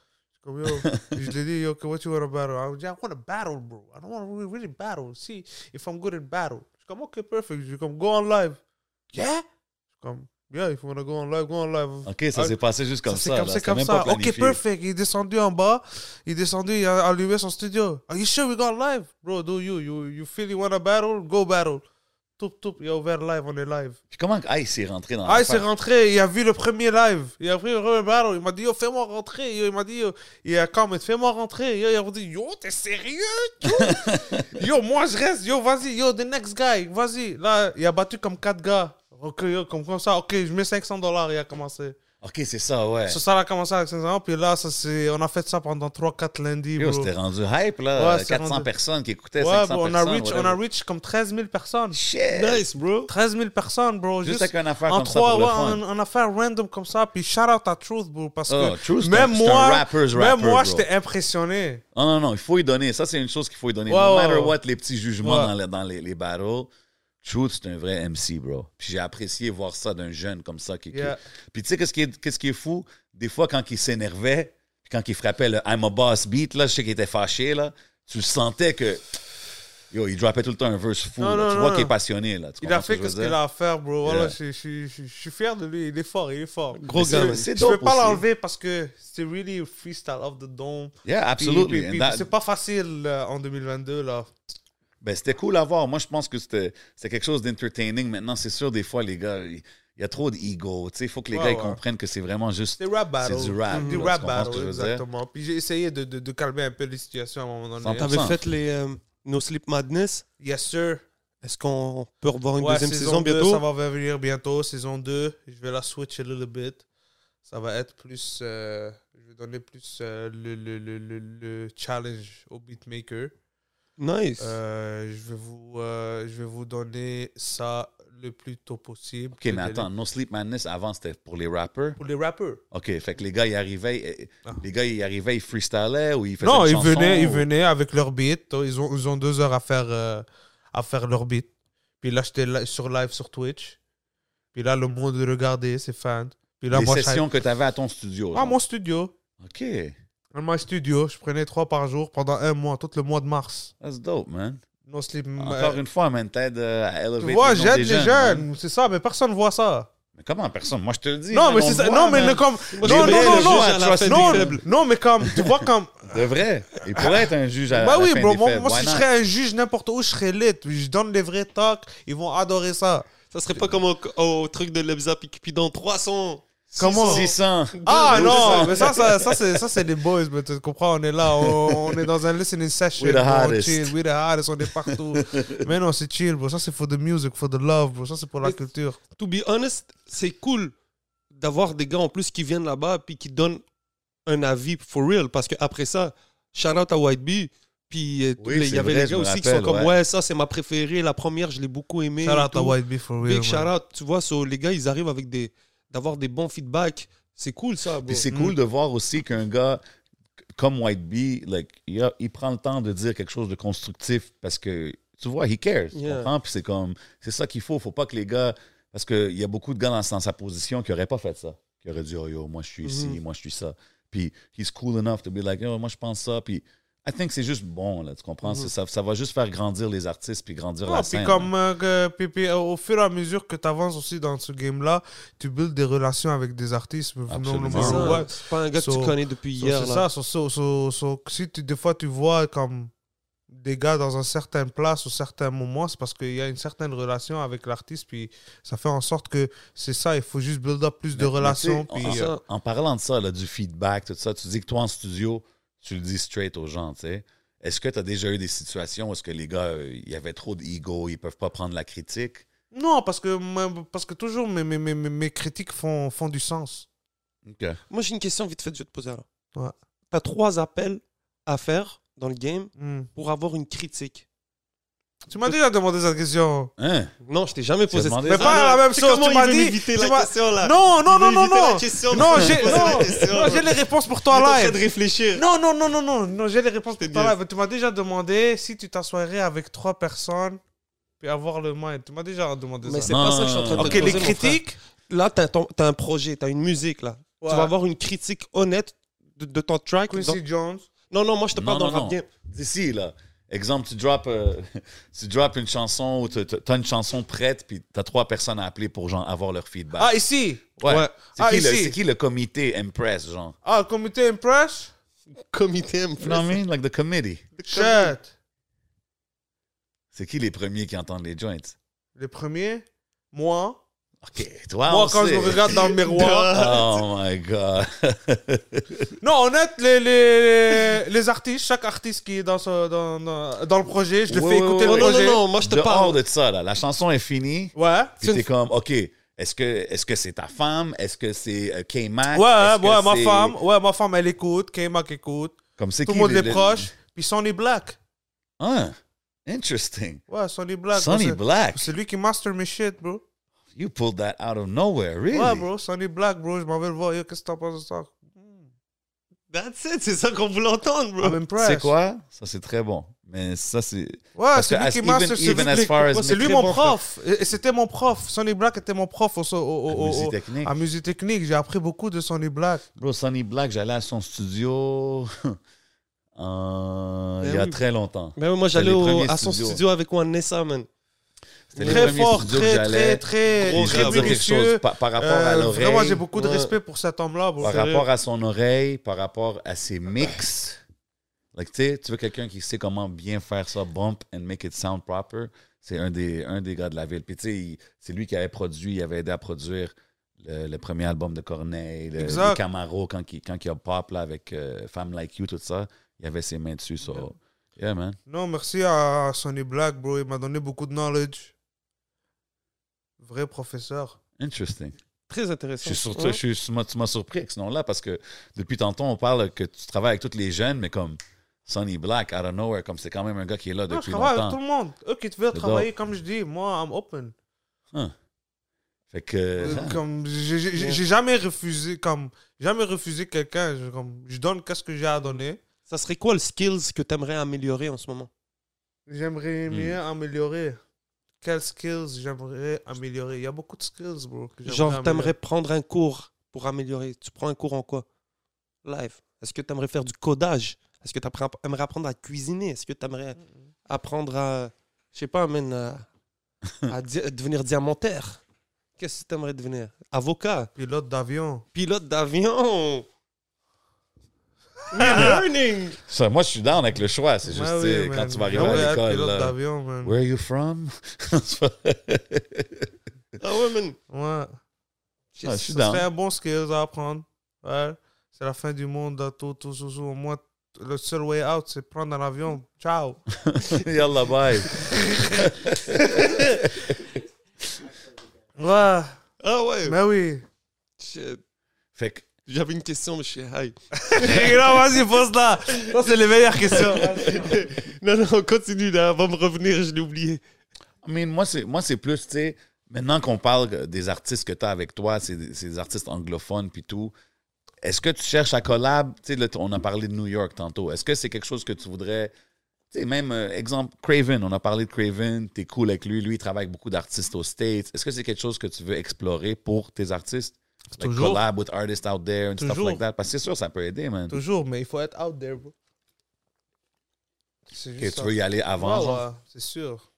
Je suis Comme, yo. je lui ai dit, yo, what you want to battle? I, was, yeah, I want a battle, bro. I don't want to really battle. See, if I'm good at battle. Je suis comme, OK, perfect. Je suis comme, go on live. Yeah? Je suis comme, yeah, if you wanna go on live, go on live. OK, ça Ah, s'est passé juste comme c'est ça. comme là. ça, C'était comme même pas ça. Ok, planifié. perfect. Il est descendu en bas. Il est descendu, il a allumé son studio. Are you sure we got live? Bro, do you? You, you feel you wanna battle? Go battle. Toup, toup, il a ouvert live, on est live. Puis comment Ice est rentré dans Ah, il s'est l'affaire? rentré, il a vu le premier live. Il a pris le premier battle. Il m'a dit, yo, fais-moi rentrer. Yo, il m'a dit, yo, il a quand même, fais-moi rentrer. Yo, il a dit, yo, t'es sérieux? tout? yo, moi, je reste. Yo, vas-y, yo, the next guy, vas-y. Là, il a battu comme quatre gars. Ok, yo, comme, comme ça, ok, je mets 500 dollars, il a commencé. OK, c'est ça, ouais. Ça, ça a commencé avec 500 puis là, ça, c'est- on a fait ça pendant 3-4 lundis. Yo, bro. c'était rendu hype, là. Ouais, c'est 400 rendu- personnes qui écoutaient, Ouais, 500 bro, on a, personnes. reach, on a whatever. reach comme 13 000 personnes. Shit! Nice, bro. 13 000 personnes, bro. Juste Juste, avec une affaire en comme ça trois, pour le ouais, fun. en- en affaire random comme ça. Puis shout out à Truth, bro. Parce Oh, que Truth, c'est même, un- c'est un moi, rapper's même rapper, moi, bro. j'étais impressionné. Non, non, non, il faut y donner. Ça, c'est une chose qu'il faut y donner. Ouais, no ouais, matter ouais. what, les petits jugements Ouais. dans, les, dans les, les battles, Truth, c'est un vrai MC, bro. Puis j'ai apprécié voir ça d'un jeune comme ça. Qui, qui- Yeah. Puis tu sais, qu'est-ce qui, est- qu'est-ce qui est fou? Des fois, quand il s'énervait, puis quand il frappait le I'm a boss beat, là, je sais qu'il était fâché, là, tu sentais que. Yo, il droppait tout le temps un verse fou. Non, là. non, tu vois non. qu'il est passionné, là. Tu Il comprends a fait que je ce veux qu'il dire? a à faire, bro. Voilà, Yeah. je, je- je- je suis fier de lui. Il est fort, il est fort. Gros C'est- gars, man. C'est Je peux dope pas aussi. l'enlever parce que c'est really freestyle off the dome. Yeah, Puis- absolutely. puis- puis And that- C'est pas facile euh, en 2022, là. Ben, c'était cool à voir. Moi, je pense que c'était c'était quelque chose d'entertaining. Maintenant, c'est sûr, des fois, les gars, il il y a trop d'ego. Tu sais, Il faut que les Ouais, gars ils ouais. comprennent que c'est vraiment juste. C'est rap battle. Mm-hmm. C'est du rap, Du là, rap tu comprends ce battle, que je veux dire? exactement. Puis j'ai essayé de, de, de calmer un peu les situations à un moment donné. Sans- T'avais fait les euh, No Sleep Madness. Yes, sir. Est-ce qu'on peut revoir une Ouais, deuxième saison, deux, bientôt Ça va venir bientôt, saison 2. Je vais la switch a little bit. Ça va être plus. euh, je vais donner plus euh, le, le, le, le, le challenge au beatmaker. Nice. Euh, je, vais vous, euh, je vais vous donner ça le plus tôt possible. OK, mais attends, No Sleep Madness, avant, c'était pour les rappers. Pour les rappeurs. OK, fait que les gars, ils arrivaient, eh, Ah. les gars, ils arrivaient, ils freestylaient ou ils faisaient Non, une ils chanson, venaient, ils ou- venaient avec leur beat. Ils ont, ils ont deux heures à faire, euh, à faire leur beat. Puis là, j'étais li- sur live sur Twitch. Puis là, le monde regardait, ses fans. Puis là, les moi, je- sessions que tu avais à ton studio. Ah, genre. mon studio. OK, Dans my studio, je prenais trois par jour pendant un mois, tout le mois de mars. that's dope, man. No sleep. Encore euh, une fois, man, t'aides euh, à élever tu vois, le nom j'aide des les jeunes. hein. jeunes, man. c'est ça, mais personne voit ça. Mais comment personne? Moi, je te le dis. Non, man, mais on c'est le ça. voit, hein. Non, mais man. le comme. Les Non, non, vrais, non, le non. juge à la trust- fin des Non, faibles. non, mais comme, tu vois, comme. De vrai. Il pourrait être un juge à Bah la oui, fin bro, des moi, faits. moi, Why si je not? serais un juge n'importe où, je serais lit. Je donne les vrais talks, ils vont adorer ça. Ça serait pas comme au, au truc de Lebza puis Cupidon 300. Comment 600. Ah Deux, non, deux, mais ça, ça, ça, c'est, ça, c'est des boys, mais tu comprends, on est là, on, on est dans un listening session. We're the bro, on hottest. chill, we're the hottest, on est partout. mais non, c'est chill, bro. Ça, c'est for the music, for the love, bro. Ça, c'est pour la Mais- culture. To be honest, c'est cool d'avoir des gars en plus qui viennent là-bas puis qui donnent un avis for real. Parce qu'après ça, shout out à White Bee. Puis euh, Oui, les- il c'est y avait vrai, les je gars me aussi qui rappelle, sont comme, ouais. ouais. ça c'est ma préférée. La première, je l'ai beaucoup aimée. Shout et out tout. à White Bee for real. Big shout out. Tu vois, so, les gars, ils arrivent avec des d'avoir des bons feedbacks. C'est cool ça, bro. Puis c'est cool de voir aussi qu'un gars comme White Bee, like, il, a- il prend le temps de dire quelque chose de constructif parce que, tu vois, he cares. Tu Yeah. comprends? Puis c'est comme, c'est ça qu'il faut. Faut pas que les gars, parce qu'il y a beaucoup de gars dans, dans sa position qui n'auraient pas fait ça. Qui auraient dit, oh yo, moi je suis ici, Mm-hmm. Mhm. moi je suis ça. Puis he's cool enough to be like, yo, moi je pense ça. Puis I think c'est juste bon, là, tu comprends? Mhm. ça, ça va juste faire grandir les artistes puis grandir Ah, la Mm-hmm. puis scène. hein. comme euh, que- puis- puis, euh, au fur et à mesure que tu avances aussi dans ce game-là, tu builds des relations avec des artistes. non, Absolument. non, C'est ça, non, ouais. C'est pas un gars que So- tu connais depuis So, hier. C'est là. ça. so- so- so- so, si tu, des fois tu vois comme des gars dans un certain place ou certains moments, c'est parce qu'il y a une certaine relation avec l'artiste, puis ça fait en sorte que c'est ça, il faut juste build up plus de Mais- mais relations. tu sais, Puis, en, euh, en parlant de ça, là, du feedback, tout ça, tu dis que toi, en studio, tu le dis straight aux gens, tu sais. Est-ce que tu as déjà eu des situations où est-ce que les gars, euh, il y avait trop d'ego, ils peuvent pas prendre la critique? Non, parce que, moi- parce que toujours mes, mes, mes, mes- mes critiques font, font du sens. OK. Moi, j'ai une question vite faite, je vais te poser là. Ouais. Tu as trois appels à faire dans le game Hmm. pour avoir une critique. Tu m'as déjà demandé cette question. Hein? Non, je t'ai jamais posé cette demandé question. ça? Mais pas la même chose, tu m'as dit- éviter tu la m'as- question là. Non, non, Il veut non, non, éviter la non. question, Non, il veut j'ai poser la non, question. non, j'ai les réponses pour Il est toi en train live. de réfléchir. Non, non, non, non, non, non j'ai les réponses C'est pour toi bien. live. Tu m'as déjà demandé si tu t'assoirais avec trois personnes puis avoir le mind. Tu m'as déjà demandé Mais ça. c'est Non, pas non, ça que je suis en train de non, Ok, te poser. les mon frère. critiques. Là, t'as ton- t'as un projet, t'as une musique là. Tu Ouais. vas avoir une critique honnête de, de ton track. Quincy Donc- Jones. Non, non, moi je te Non, parle non, dans le rap non. game. D'ici, là. Exemple, tu drops, euh, tu drops une chanson ou tu as une chanson prête, puis tu as trois personnes à appeler pour genre, avoir leur feedback. Ah, ici Bah. ouais. C'est Ah, qui, le- ici. c'est qui le comité Impress, genre? Ah, le comité Impress Comité You know what I mean? Like the committee. Shit C'est qui les premiers qui entendent les joints? Le premier, moi. OK, toi, moi, Ah, on quand je sait. me regarde dans le miroir. Oh my God. non, honnête, les, les, les artistes, chaque artiste qui est dans, ce, dans, dans, dans le projet, je le Ouais, fais ouais, écouter ouais, le Non, non, projet. non, moi je te Dehors parle. de ça, là, la chanson est finie, Ouais. puis t'es comme, OK, est-ce que est-ce que c'est ta femme? Est-ce que c'est euh, K-Mac? Ouais, Est-ce que ouais, ma c'est- femme, ouais, ma femme, elle écoute, K-Mac écoute, Comme c'est tout le qui monde est proche, puis Sonny Black. Ah, interesting. Ouais, Sonny Black. Sonny bro, c'est- Black. C'est lui qui master mes shit, bro. You pulled that out of nowhere, really? Ouais, bro, Sonny Black, bro, je m'en vais le voir. Yo, qu'est-ce que t'en penses de ça? That's it, c'est ça qu'on voulait entendre, bro. I'm impressed. C'est quoi? Ça, c'est très bon. Mais ça, c'est. Ouais, Parce c'est que lui as- qui even- master, c'est even lui, as qui- far as ouais, c'est mes lui très mon bons prof. Et- et C'était mon prof. Sonny Black était mon prof au, au, au- au- musique au- technique. à musique technique. J'ai appris beaucoup de Sonny Black. Bro, Sonny Black, j'allais à son studio euh, il Ben y a oui. très longtemps. Mais moi j'allais les au- premiers à son studios. studio avec Wanessa, man. C'était les Très premiers fort, studios très, que j'allais. très, très, Puis Gros je très vais grave. dire quelque chose minutieux. par, par rapport à Euh, l'oreille. Vraiment, j'ai beaucoup de Ouais. respect pour cet homme-là, bro. Par C'est rapport vrai. à son oreille, par rapport à ses mix. Like, tu sais, tu veux quelqu'un qui sait comment bien faire ça, bump and make it sound proper. C'est un des, un des gars de la ville. Puis tu sais, il- c'est lui qui avait produit, il avait aidé à produire le, le premier album de Corneille, le, Exact. le Camaro, quand, il, quand il a pop là, avec euh, Femme Like You, tout ça. Il avait ses mains dessus. So. Yeah, man. Non, merci à Sonny Black, bro. Il m'a donné beaucoup de knowledge. Vrai professeur. Interesting. Très intéressant. Je suis surtout, je suis- tu m'as- tu m'as surpris avec ce nom-là parce que depuis tantôt, on parle que tu travailles avec tous les jeunes, mais comme Sonny Black, out of nowhere, comme c'est quand même un gars qui est là Non, depuis Ah, je travaille longtemps. avec tout le monde. Eux qui te veulent C'est travailler, comme je dis, moi, I'm open. Fait que. Euh, ah, Comme, j'ai- j'ai Ouais. j'ai jamais refusé, comme, jamais refusé quelqu'un. Je, comme, je donne qu'est-ce que j'ai à donner. Ça serait quoi le skills que t'aimerais améliorer en ce moment J'aimerais Hmm. mieux améliorer. Quelles skills j'aimerais améliorer Il y a beaucoup de skills, bro. que j'aimerais Genre, améliorer. t'aimerais prendre un cours pour améliorer. Tu prends un cours en quoi Live. Est-ce que t'aimerais faire du codage Est-ce que t'aimerais apprendre à cuisiner Est-ce que t'aimerais apprendre à, je sais pas, man, à, à di- devenir diamantaire Qu'est-ce que t'aimerais devenir Avocat Pilote d'avion. Pilote d'avion We're learning ça, moi, je suis down avec le choix. C'est juste Ouais, tu sais, oui, quand man. tu vas arriver J'aimerais à être l'école. Pilote là, d'avion, man. Where are you from? Ah ouais, man. Ouais. Ah, je suis Ça down. serait un bon skill à apprendre. Ouais. C'est la fin du monde, là, tout, tout, tout, tout. Au moins, le seul way out, c'est prendre un avion. Ciao. Yalla, bye. Ouais. Ah ouais. Mais oui. Shit. Fait que. J'avais une question, mais je suis high. non, vas-y, pose là. Ça, c'est les meilleures questions. Non, non, continue là, va me revenir, je l'ai oublié. I mean, moi, c'est, moi, c'est plus, tu sais, maintenant qu'on parle des artistes que tu as avec toi, c'est des, c'est des artistes anglophones puis tout, est-ce que tu cherches à collab? Tu sais, là, t- on a parlé de New York tantôt. Est-ce que c'est quelque chose que tu voudrais. Tu sais, même, euh, exemple, Craven, on a parlé de Craven, t'es cool avec lui, lui, il travaille avec beaucoup d'artistes aux States. Est-ce que c'est quelque chose que tu veux explorer pour tes artistes? Like Toujours. collab with artists out there and stuff Toujours. like that. Parce que c'est sûr, ça peut aider, man. Toujours, mais il faut être out there, bro. C'est Ok, juste tu ça. euh, veux y aller avant, Ouais, genre? ouais, c'est sûr.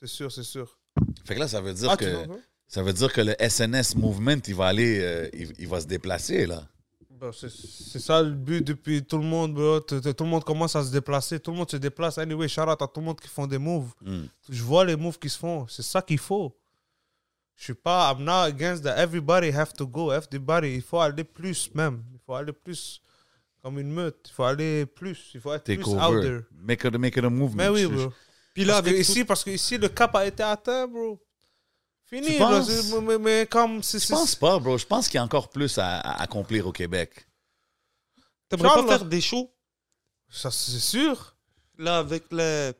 C'est sûr, c'est sûr. Fait que là, ça veut dire Ah, tu que veux ça veut dire que le SNS movement, il va aller, euh, il- il va se déplacer là. Bon, c'est- c'est ça le but depuis tout le monde, bro. Tout, tout- tout le monde commence à se déplacer. Tout le monde se déplace. Anyway, shout out à tout le monde qui font des moves. Hmm. Je vois les moves qui se font. C'est ça qu'il faut. Je suis pas, I'm not against that. Everybody have to go. Everybody, il faut aller plus même. Il faut aller plus comme une meute. Il faut aller plus. Il faut être Take plus over. out there. Make it, make it a movement. Mais oui, Je- bro. Puis là, Parce que avec tout- ici, parce que ici, le cap a été atteint, bro. Fini, Tu bro. penses? C'est- Mais, mais comme c'est. Je c'est- pense pas, bro. Je pense qu'il y a encore plus à, à accomplir au Québec. t'aimerais pas Charles, là. faire des shows Ça, c'est sûr. là avec les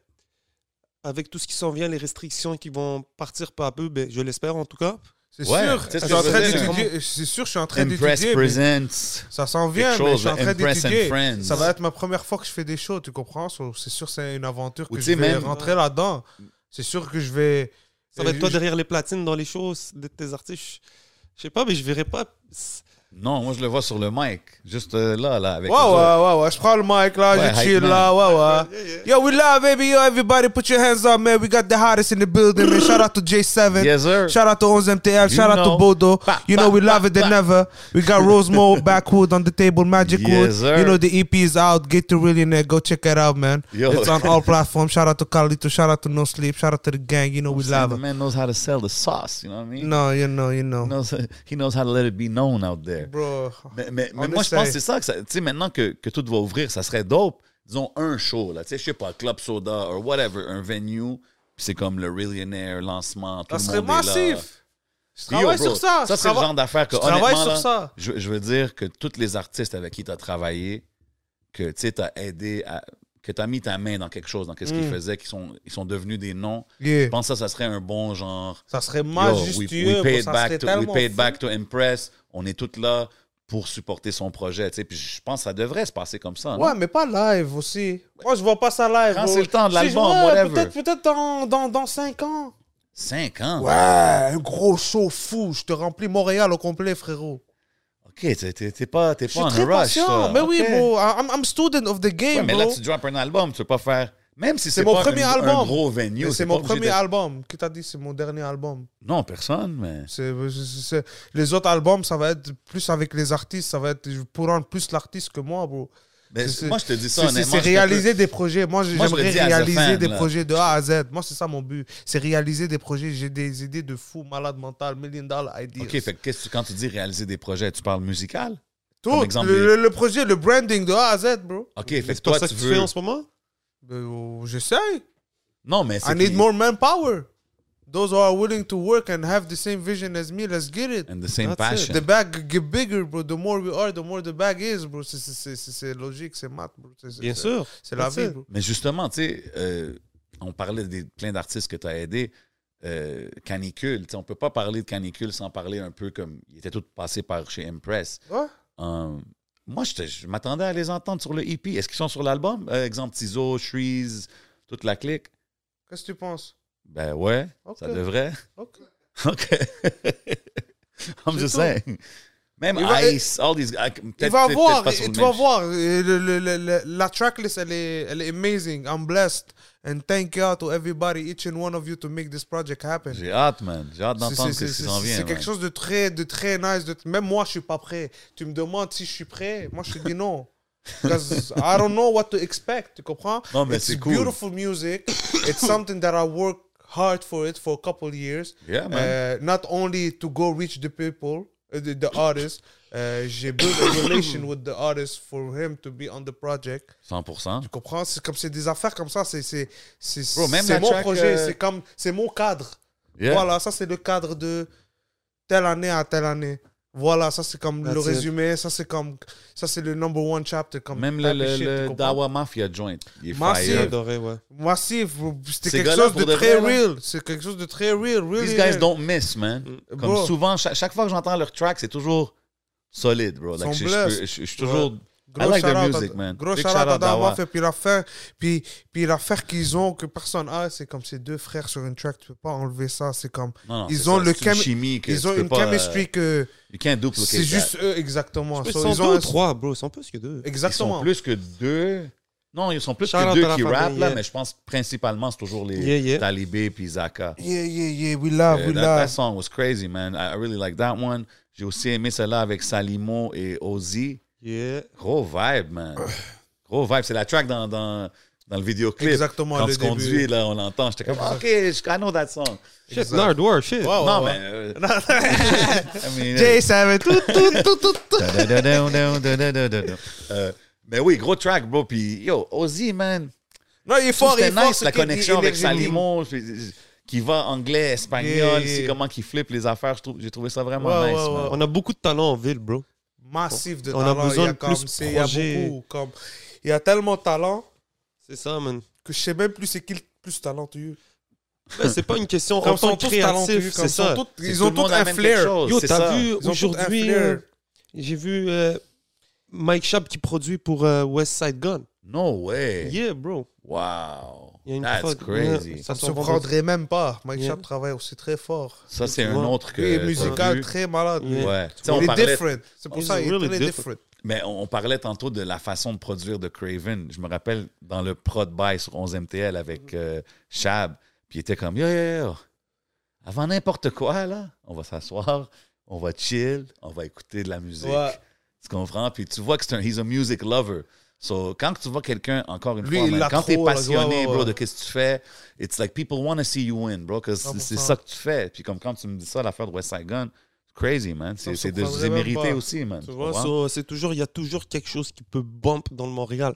avec tout ce qui s'en vient, les restrictions qui vont partir peu à peu, ben, je l'espère en tout cas. C'est Ouais, sûr. tu Je sais ce que suis en je train veux dire, d'étudier. C'est sûr, je suis en train Impress d'étudier. mais Presents. Ça s'en vient, Quelque mais je chose, suis en train Impress and d'étudier. Friends. Ça va être ma première fois que je fais des shows, tu comprends So, C'est sûr, c'est une aventure Ou que tu je sais, vais même- rentrer là-dedans. C'est sûr que je vais. Ça va Euh, être toi je- derrière les platines dans les choses de tes artistes. Je sais pas, mais je verrai pas. C'est- Non, moi, je le vois sur le mic. Juste euh, là, là, avec Ouais, ouais, les autres. ouais, ouais. Je prends le mic là, Ouais, je chill hype man. là, ouais, ouais. Yo, we live, baby. Yo, everybody, put your hands up, man. We got the hottest in the building, man. Shout out to J7. Yes, sir. Shout out to 11MTL. You Shout out know. to Bodo. Bah, you know, bah, we love bah, it than bah. never. We got Rosemore, Backwood on the table, Magic Yes, Wood. sir. You know, the EP is out. Get to really in there. Go check it out, man. Yo. It's on all platforms. Shout out to Carlito. Shout out to No Sleep. Shout out to the gang. You know, we And love the it. man knows how to sell the sauce, you know what I mean? No, you know, you know. He knows, he knows how to let it be known out there. Bro. Mais, mais- On mais moi, je essaie. pense que c'est ça que ça. Tu sais, maintenant que, que tout va ouvrir, ça serait dope. Disons un show, là. Tu sais, je sais pas, Club Soda or whatever, un venue. Puis c'est comme le Millionaire, lancement. Tout Ça le serait monde est là. massif. Je Yo, travaille bro, sur ça. Ça, Je c'est le trava- genre d'affaire que, je travaille honnêtement, sur là, ça. Je, je veux dire que tous les artistes avec qui tu as travaillé, que tu sais, t'as aidé à. Que tu as mis ta main dans quelque chose, dans qu'est-ce qu'ils Mm. faisaient, qu'ils sont, ils sont devenus des noms. Yeah. Je pense que ça, ça serait un bon genre. Ça serait Yo, majestueux. we, we bro, paid ça back serait to, we tellement paid fou. back to impress. On est tous là pour supporter son projet. tu sais. Puis je pense que ça devrait se passer comme ça. non? Ouais, mais pas live aussi. Moi, je vois pas ça live. hein? Quand bro. c'est le temps de Si je- l'album, ouais, whatever. Peut-être peut dans, dans, dans 5 ans. Cinq ans. Ouais, un gros show fou. Je te remplis Montréal au complet, frérot. OK, t'es- t'es t'es pas, t'es pas Je suis en très rush. patient. toi. Mais oui, OK. bro. I'm, I'm student of the game, Ouais, mais bro. là, tu drops un album. Tu peux pas faire. Même si C'est c'est mon pas premier une- un album. gros Mais venue. c'est pas mon obligé premier d'être- album. Qui t'a dit c'est mon dernier album Non, personne, mais. C'est- c'est- c'est- Les autres albums, ça va être plus avec les artistes. Ça va être pour rendre plus l'artiste que moi, bro. mais C'est- moi, je te dis ça C'est- C'est honnêtement. c'est je te réaliser des projets. Moi, j'ai- Moi, je j'aimerais le dis as a réaliser fan, des là. projets de A à Z. Moi, c'est ça mon but. C'est réaliser des projets. J'ai des idées de fou, malade mental, million dollar peux- ideas. OK, fait que qu'est-ce que- quand tu dis réaliser des projets, tu parles musical? Tout, comme exemple, le, les- le- le projet, le branding de A à Z, bro. OK, fait que C'est pas toi, ça que tu tu fais veux. en ce moment Ben, oh, J'essaye. Non, mais c'est. I need qu'il- more manpower. Those who are willing to work and have the same vision as me, let's get it. And the That's same it. passion. The bag get bigger, bro. The more we are, the more the bag is, bro. C'est- c'est- C'est c'est- c'est logique, c'est math, bro. C'est- c'est- Bien c'est- sûr. C'est la That's vie, it. bro. Mais justement, tu sais, euh, on parlait de plein d'artistes que tu as aidés. euh, canicule, tu sais, on peut pas parler de canicule sans parler un peu comme ils étaient tous passés par chez Impress. Ouais. Euh, moi, j'étais- je m'attendais à les entendre sur le EP. Est-ce qu'ils sont sur l'album? Euh, exemple, Tizo, Shreeze, toute la clique. Qu'est-ce que tu penses? Ben ouais, Ok. ça devrait. Ok. OK. I'm just tout. saying. Même Il va- Ice, all these. ah, peut-être- Tu peut-être vas pas voir, sur le tu vas même- voir. euh, le- le- le- le- la tracklist, elle est, elle est amazing. I'm blessed. And thank you to everybody, each and one of you, to make this project happen. J'ai hâte, man. J'ai hâte C'est- d'entendre c'est- ce qui c'est- s'en c'est- vient. C'est quelque man. chose de très, de très nice. de- même moi, je suis pas prêt. Tu me demandes si je suis prêt. Moi, je te dis non. Because I don't know what to expect. Tu comprends? Non, mais It's c'est cool. beautiful music. It's something that I work hard for it for a couple years. Yeah, man. Uh, not only to go reach the people, uh, the, the artist, uh, j'ai built a relation with the artist for him to be on the project. 100%. Tu comprends? C'est comme c'est des affaires comme ça. C'est c'est c'est Bro, même c'est la mon track, projet. euh, C'est comme c'est mon cadre. Yeah. Voilà, ça c'est le cadre de telle année à telle année. Voilà, ça c'est comme le That's it. résumé. Ça c'est comme ça c'est le number one chapter. Comme Même le, type le, of shit, le tu comprends? Dawa Mafia joint. Il est Massive. J'ai fire. adoré, ouais. Massif, Ces c'était quelque gars-là, chose pour de de très vrai, là. real. C'est quelque chose de très real. real These real. guys don't miss, man. Comme Bro. souvent, cha- chaque, fois que j'entends leur track, c'est toujours solide, bro. Like, je, Ils sont je blessed. peux- je- je suis toujours. Gros I like their shout-out à- music, man. Gros Big shout-out shout-out à Dan Dawa. Waff. Et puis l'affaire, puis, puis l'affaire qu'ils ont, que personne a, c'est comme ces deux frères sur une track. Tu peux pas enlever ça. C'est comme. Non, non, Ils c'est ont ça, le c'est une chemi- chimie que ils tu ont peux une pas, euh, chemistry que. you can't duplicate C'est that. juste eux, exactement. Ils So, sont ils ont deux ou un- trois, bro. Ils sont plus que deux. Ils sont Exactement. plus que deux. Non, ils sont plus Shout-out que à deux la qui famille, rappent, là, yeah. mais je pense principalement, c'est toujours les Yeah, yeah. Talibé puis Zaka. Yeah, yeah, yeah. We love, Euh, we that, love. that song was crazy, man. I I really like that one. J'ai aussi aimé celle-là avec Salimo et Ozzy. Yeah. Gros vibe, man. Gros vibe. C'est la track dans, dans, dans le vidéoclip. Exactement, Quand le tu début. conduis, là, on l'entend. J'étais comme, OK, I know that song. Shit, Nard War, shit. Ouais, ouais, non, ouais. mais... euh, I mean, euh, J7, tout, tout, tout, tout, tout. euh, mais oui, gros track, bro. Puis, yo, Ozzy, man. Non, il est Tout, fort, il est C'était fort. nice, ce la qu'il- il connexion est avec énergétique. Salimo. puis, Qui va anglais, espagnol, Yeah, yeah. c'est comment qu'il flippe les affaires. Je trouve- J'ai trouvé ça vraiment Ouais, nice, ouais, man. ouais. On a beaucoup de talent en ville, bro. Massif de On a talent. besoin il y a de comme, plus c'est- il y a projet. beaucoup, comme, il y a tellement de talent C'est ça, man. que je sais même plus c'est qui le plus talentueux. Ben, c'est pas une question. Comme en tant que créatif, c'est comme sont ça. tous- C'est ils tout ont le monde tous un amène quelque flair. chose, Yo, c'est t'as ça. vu Ils ont tous un aujourd'hui, flair. euh, j'ai vu, euh, Mike Schaap qui produit pour euh, West Side Gun. No way. Yeah, bro. Wow. Il y a une That's prod. crazy. Yeah, Ça ne sort se vendredi. prendrait même pas. Mike Yeah. Sharp travaille aussi très fort. Ça, c'est Tu un vois. autre que. Oui, t'as musical vu. très malade. Yeah. Ouais. Tu sais, Il on est parlait, different. C'est pour He's ça qu'il est really très different. different. mais on on parlait tantôt de la façon de produire de Craven. Je me rappelle dans le prod by sur 11 MTL avec euh, Shab. Puis il était comme Yo, yo, yo, avant n'importe quoi, là, on va s'asseoir, on va chill, on va écouter de la musique. Ouais. Tu comprends? Puis tu vois que c'est un he's a music lover. So, quand tu vois quelqu'un, encore une Lui, fois, il man, l'a quand t'es trop, là, passionné, ouais, ouais, bro, ouais. de qu'est-ce que tu fais, it's like people want to see you win, bro, parce que c'est- c'est 100%. ça que tu fais. Puis comme quand tu me dis ça, l'affaire de West Side Gun, c'est crazy, man. C'est Non, ça c'est de- me c'est prendrait même mérité pas. aussi, man. Tu Tu vois, comprends? so, c'est toujours, il y a toujours quelque chose qui peut bump dans le Montréal.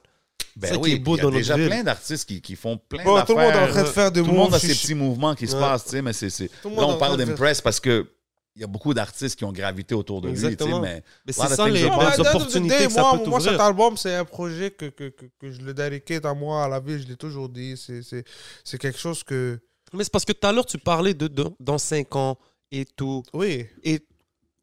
Ben C'est ça qui oui, est beau il y a dans notre déjà ville. plein d'artistes qui, qui font plein Bon, d'affaires. tout le monde est en train de faire des euh, Tout le monde a moves. ses petits mouvements qui se Ouais. passent, tu sais, mais c'est... c'est- Tout le Là, monde est on en parle train de faire- d'Impress parce que il y a beaucoup d'artistes qui ont gravité autour de Exactement. lui, tu sais, mais... Mais Lot c'est of ça things les are bonnes bad. Ouais, at the end of the opportunités day, que ça moi, peut Moi, cet t'ouvrir. album, c'est un projet que, que, que, que je le dedicate à moi, à la vie, je l'ai toujours dit. C'est- C'est c'est quelque chose que. Mais c'est parce que tout à l'heure, tu parlais de, de- dans 5 ans et tout. Oui. Et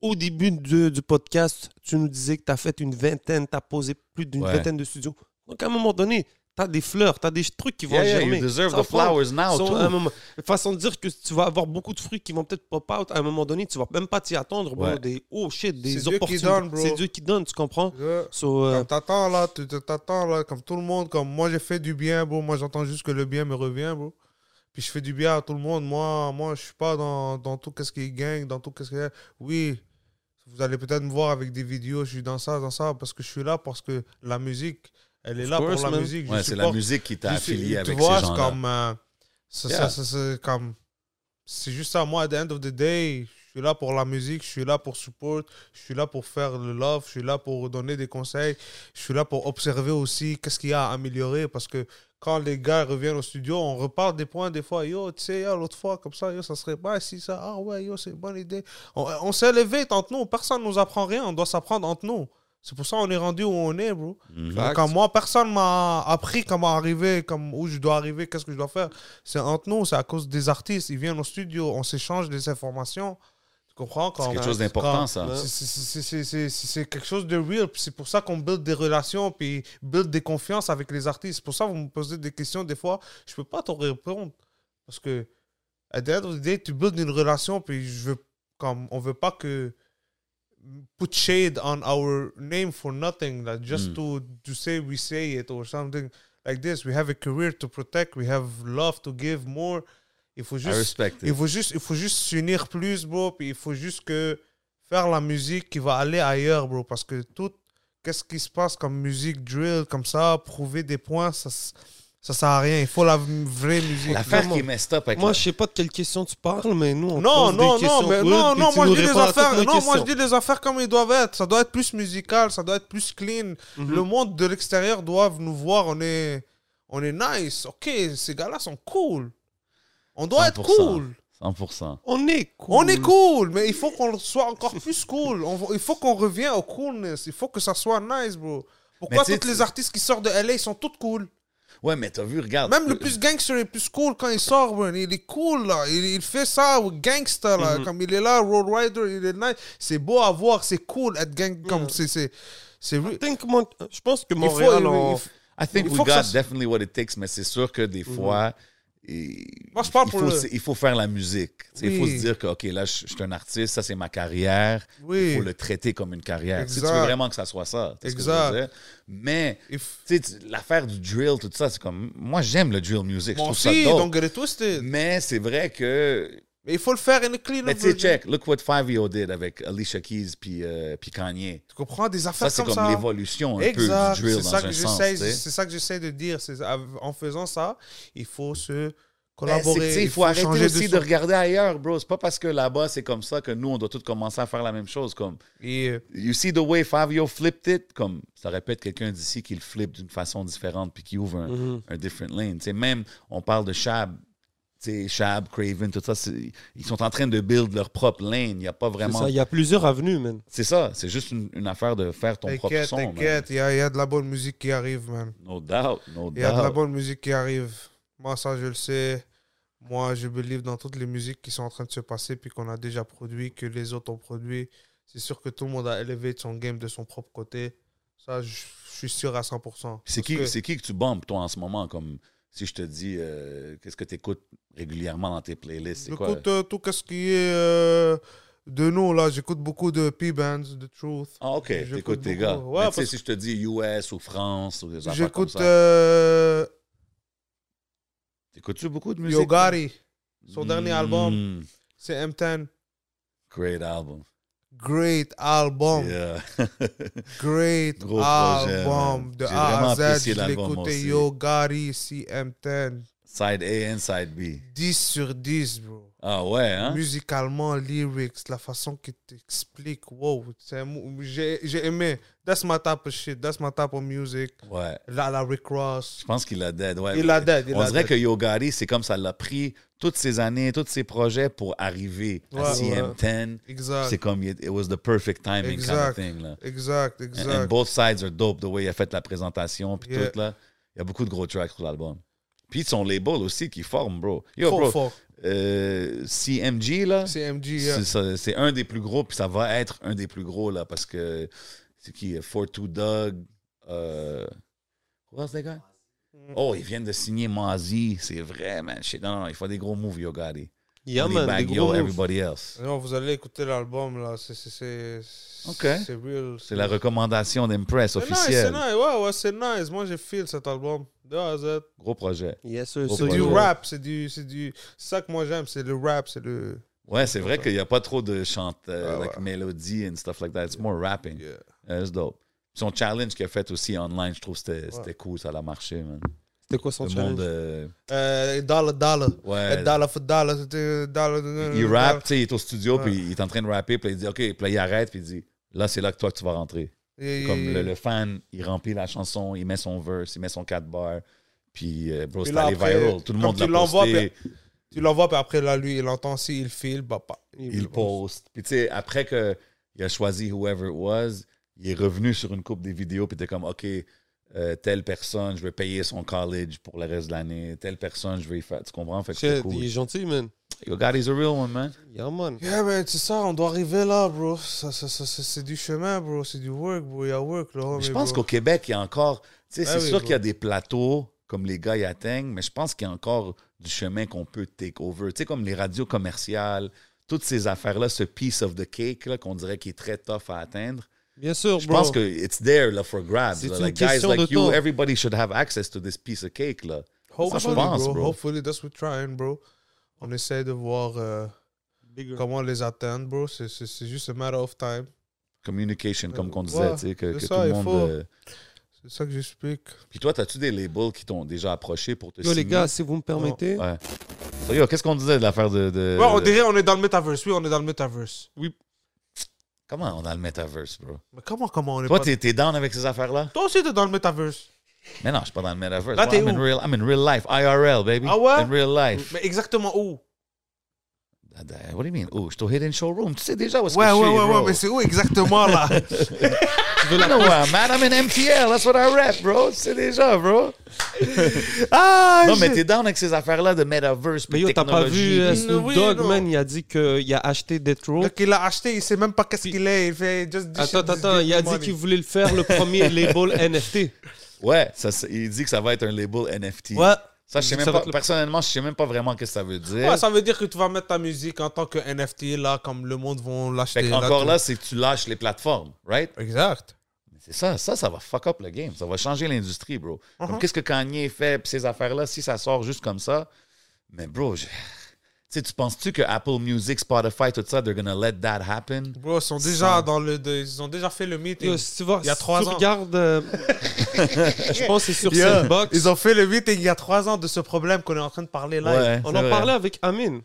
au début de- du podcast, tu nous disais que tu as fait une vingtaine, tu as posé plus d'une Ouais. vingtaine de studios. Donc, à un moment donné, tu as des fleurs, tu as des trucs qui vont Yeah, yeah, germer. you deserve Ça va the flowers now, So, too. à un moment- façon de dire que tu vas avoir beaucoup de fruits qui vont peut-être pop out. À un moment donné, tu vas même pas t'y attendre, bro. Ouais. Des oh shit, C'est des Dieu qui opportunités. donne, bro. C'est Dieu qui donne, tu comprends? Là, So, euh, Comme t'attends là, tu tu- t'attends là, comme tout le monde, comme moi j'ai fait du bien, bro. Moi j'entends juste que le bien me revient, bro. Puis je fais du bien à tout le monde. Moi, moi je suis pas dans, dans tout qu'est-ce qui gagne, dans tout qu'est-ce qui. Oui, vous allez peut-être me voir avec des vidéos. Je suis dans ça, dans ça, parce que je suis là parce que la musique, elle est Of là course, pour la man. musique. Ouais, je c'est la supporte- musique qui t'a je suis- affilié avec Tu vois, ces c'est gens-là. comme, euh, ça- ça- Yeah. ça- c'est comme, c'est juste ça. Moi, at the end of the day, je suis là pour la musique, je suis là pour support, je suis là pour faire le love, je suis là pour donner des conseils, je suis là pour observer aussi qu'est-ce qu'il y a à améliorer parce que quand les gars reviennent au studio, on repart des points des fois. Yo, tu sais, yo, l'autre fois, comme ça, yo, ça serait pas si ça. Ah ouais, yo, c'est une bonne idée. On, on s'est élevé entre nous. Personne nous apprend rien. On doit s'apprendre entre nous. C'est pour ça qu'on est rendu où on est, bro. Mhm. Donc, Comme moi, personne m'a appris comment arriver, comme où je dois arriver, qu'est-ce que je dois faire. C'est entre nous, c'est à cause des artistes. Ils viennent au studio, on s'échange des informations. Tu comprends hein, C'est quand quelque chose d'important, ça. c'est- c'est- c'est- c'est- c'est- C'est quelque chose de real. puis C'est pour ça qu'on build des relations puis build des confiances avec les artistes. C'est pour ça que vous me posez des questions des fois. Je peux pas te répondre. Parce que, à the end of the day, tu build une relation puis je veux, comme, on veut pas que put shade on our name for nothing. Like just Mm. to, to say we say it or something like this. We have a career to protect. We have love to give more. Il faut I juste respect it. il faut juste, il faut juste s'unir plus, bro. Puis il faut juste que faire la musique qui va aller ailleurs, bro. Parce que tout, qu'est-ce qui se passe comme musique drill, comme ça, prouver des points, ça, s- ça sert à rien. Il faut la v- vraie musique. L'affaire Vraiment. qui est messed up avec moi, la- je sais pas de quelle question tu parles, mais nous, on Non, pose des non, questions non, mais good, non, puis non, tu moi nous je dis les réponds à toutes affaires, nos non, moi je questions. dis les affaires comme ils doivent être. Ça doit être plus musical, ça doit être plus clean. Mhm. Le monde de l'extérieur doit nous voir, on est, on est nice. Ok, ces gars-là sont cool. On doit être 100%. cool. 100%. On est cool. On est cool, mais il faut qu'on soit encore plus cool. On- il faut qu'on revienne au coolness. Il faut que ça soit nice, bro. Mais Pourquoi tu sais, tous tu- les artistes qui sortent de LA ils sont tous cool Ouais, mais t'as vu, regarde. Même le plus gangster est plus cool quand il sort, bro. Il est cool, là. Il, il fait ça, au gangster, là. Mhm. Comme il est là, Road Rider, il est nice. C'est beau à voir, c'est cool être gang. Comme c'est. c'est- c'est I vrai. think Mon- Je pense que faut- Montréal, il- on- il faut- I think Il we faut que ça got se- definitely what it takes, mais c'est sûr que des fois, il- Moi, je parle il pour faut, le- c'est- il faut faire la musique. Tu sais, Il faut Oui. se dire que, OK, là, je, je suis un artiste, ça, c'est ma carrière. Il Oui. faut le traiter comme une carrière. Si tu Exact. veux vraiment que ça soit ça. tu sais ce que je veux Exact. dire? Mais, Il f- tu sais, tu- l'affaire du drill, tout ça, c'est comme. Moi, j'aime le drill music. Moi je trouve aussi, ça dope. donc get it twisted. Mais c'est vrai que Mais il faut le faire in a clean Mais up tu sais, version. check, look what Fivio did avec Alicia Keys puis, euh, puis Kanye. Tu comprends des Ça, affaires c'est comme comme, ça. l'évolution un Exact, peu du drill c'est dans ça, un que sens. j'essaie- tu sais. c'est ça que j'essaie de dire. c'est ça, En faisant ça, il faut se Ben, c'est que, collaborer. tu sais, il faut arrêter changer aussi de, son- regarder ailleurs, bro. C'est pas parce que là-bas, c'est comme ça que nous, on doit tous commencer à faire la même chose. Comme, Et, euh, you see the way Fabio flipped it, comme ça répète quelqu'un d'ici qui le flippe d'une façon différente puis qui ouvre un, un different lane. Tu sais, même, on parle de Shab. tu sais, Shab, Craven, tout ça, c'est- ils sont en train de build leur propre lane. Il n'y a pas C'est vraiment. ça, il y a plusieurs avenues, man. C'est ça, c'est juste une, une affaire de faire ton propre T'inquiète, son. man. t'inquiète, il y, a il y a de la bonne musique qui arrive, man. No doubt, no Il y a de la doubt. bonne musique qui arrive. Moi, ça, je le sais. Moi, je believe dans toutes les musiques qui sont en train de se passer puis qu'on a déjà produit, que les autres ont produit. C'est sûr que tout le monde a élevé son game de son propre côté. Ça, je je suis sûr à 100%. C'est Parce qui, que- c'est qui que tu bombes, toi, en ce moment? Comme Si je te dis, euh, qu'est-ce que tu écoutes régulièrement dans tes playlists? C'est quoi? J'écoute euh, tout ce qui est euh, de nous, là. J'écoute beaucoup de P-Bands, The Truth. Ah, OK. J'écoute T'écoutes tes beaucoup. gars. Ouais, Mais tu sais, parce si je te dis US ou France ou des affaires comme J'écoute ça, euh, t'écoutes-tu beaucoup de musique? Yogari. son dernier album. Mm, C'est M10. Great album. Great album. Yeah. Great Gros projet, album. man. de J'ai A vraiment à Z. apprécié Je l'ai l'album écouté aussi. Yogari, CM10. side A and side B. 10 sur 10, bro. Ah ouais, hein? musicalement, lyrics, la façon qu'il t'explique, wow, c'est un mou- j'ai j'ai aimé. That's my type of shit, that's my type of music. Ouais. Là, la Rick Ross. Je pense qu'il a dead, ouais. Il a dead, il On a dirait dead. que Yogari, c'est comme ça l'a pris toutes ses années, tous ses projets pour arriver à Ouais, CM10. Exact. C'est comme, it, it was the perfect timing Exact. kind of thing, là. Exact, And, and exact. both sides are dope, the way il a fait la présentation, puis Yeah. tout, là. Il y a beaucoup de gros tracks sur l'album. Puis son label aussi qui forme, bro. Yo, Fort, bro, fort. euh, CMG, là, CMG, yeah. c'est ça- c'est un des plus gros, puis ça va être un des plus gros, là, parce que c'est qui? euh, 42 Doug, euh, who else they got? Mm. Oh, ils viennent de signer Mazi, c'est vrai, man. Shit, Non, non, il faut des gros moves, Yogari. Yeah, Money man, Bag des Yo, gros moves. everybody else. Non, vous allez écouter l'album, là. C'est c'est- c'est- Ok. c'est real. C'est la recommandation d'Impress C'est nice, c'est officielle. nice. Ouais, ouais, c'est nice. Moi, j'ai feel cet album. De A à Z. Gros projet. Yes, sir. Gros sir. C'est du Ouais. rap, c'est du, c'est du. C'est ça que moi j'aime, c'est le rap, c'est le. Ouais, c'est vrai qu'il n'y a pas trop de chant, euh, Ah, like ouais. mélodie and stuff like that. It's more rapping. Yeah. Yeah, it's dope. Son challenge qu'il a fait aussi online, je trouve que c'était c'était Ouais. cool, ça l'a marché, man. C'était quoi son Le monde. challenge? euh, Euh, dollar, dollar. ouais. Euh, dollar for dollar, c'était euh, dollar. il dollar. rappe, tu sais, il est au studio, puis il est en train de rapper, puis il dit OK, puis là, il arrête, puis il dit Là, c'est là que toi, que tu vas rentrer. Et- Comme le, le fan, il remplit la chanson, il met son verse, il met son 4 bars, puis euh, bro, Puis c'est là, allé après, viral. Tout le quand monde tu l'a l'envoies, posté. Tu l'envoies, puis après, là, lui, il entend, si il file, bah, pas. il poste. Puis tu sais, après qu'il a choisi whoever it was, il est revenu sur une coupe des vidéos, puis t'es comme, OK, euh, telle personne, je vais payer son college pour le reste de l'année. Telle personne, je vais y faire. Tu comprends? Fait que c'est Shit, cool. il est gentil, man. Yo, God is a real one, man. Yeah, man. Yeah, man, c'est ça, on doit arriver là, bro. Ça, ça, ça, ça, c'est du chemin, bro. C'est du work, bro. Il y a work, là. je homie, pense bro. qu'au Québec, il y a encore... Tu sais, Ah c'est oui, sûr bro. qu'il y a des plateaux comme les gars y atteignent, mais je pense qu'il y a encore du chemin qu'on peut take over. Tu sais, comme les radios commerciales, toutes ces affaires-là, ce piece of the cake là, qu'on dirait qui est très tough à atteindre. Bien sûr, Je bro. pense que it's there là, for grabs. C'est là. une Like, guys question like de you, temps. everybody should have access to this piece of cake. Là. Ça, je Hopefully, pense, bro. bro. Hopefully, that's what we're trying, bro. On essaie de voir euh, comment les atteindre, bro. C'est- C'est c'est juste a matter of time. Communication, comme qu'on Ouais, disait, tu sais, que, c'est que ça, tout le il monde. faut- euh, C'est ça que j'explique. Puis toi, as-tu des labels qui t'ont déjà approché pour te Yo, les signer? gars, si vous me permettez. Ouais. So, yo, qu'est-ce qu'on disait de l'affaire de. de- Euh, Ouais, on de- dirait on est dans le metaverse. Oui, on est dans le metaverse. Comment on a le metaverse, bro? Mais comment, comment on est Toi, pas- t'es t'es down avec ces affaires-là? Toi aussi, t'es dans le metaverse. Mais non, je suis pas dans le metaverse. Là, Moi, t'es I'm, in où? real, I'm in real life, IRL, baby. Ah ouais? In real Eh. life. Mais exactement où What do you mean? Oh, je suis au Hidden Showroom. Tu sais déjà où est-ce Ouais, que ouais, je suis, ouais, bro. ouais, mais c'est où exactement là You know where I'm at. Ah, I'm in MTL. That's what I rap, bro. Tu sais déjà, bro. Ah, Non, mais shit. t'es down avec ces affaires-là de metaverse. Mais puis yo, t'as pas vu technologie. euh, Oui, Snoop oui, Dogg, non. man, il a dit qu'il a acheté Death Row. Donc il a acheté, il sait même pas qu'est-ce qu'il est. Il fait just this Attends, shit, this attends, give il a me dit money. qu'il voulait le faire le premier label NFT. Ouais, ça, c'est- il dit que ça va être un label NFT. Ouais. Ça, je sais même Ça va pas. être le- Personnellement, je sais même pas vraiment qu'est-ce que ça veut dire. Ouais, ça veut dire que tu vas mettre ta musique en tant que NFT là, comme le monde vont fait l'acheter. encore tu- là, c'est que tu lâches les plateformes, right? Exact. C'est ça, ça, ça va fuck up le game. Ça va changer l'industrie, bro. Comme Uh-huh. Mhm. qu'est-ce que Kanye fait, puis ces affaires-là, si ça sort juste comme ça. Mais bro, je- tu sais, tu penses-tu que Apple Music, Spotify, tout ça, they're gonna let that happen? Bro, ils sont déjà dans le, de- ils ont déjà fait le meeting. Yo, si tu vois, Il y a si trois tu ans. regardes, euh, je pense que c'est sur Yeah. cette box. Ils ont fait le meeting il y a trois ans de ce problème qu'on est en train de parler là. Ouais, On c'est en vrai. parlait avec Amin.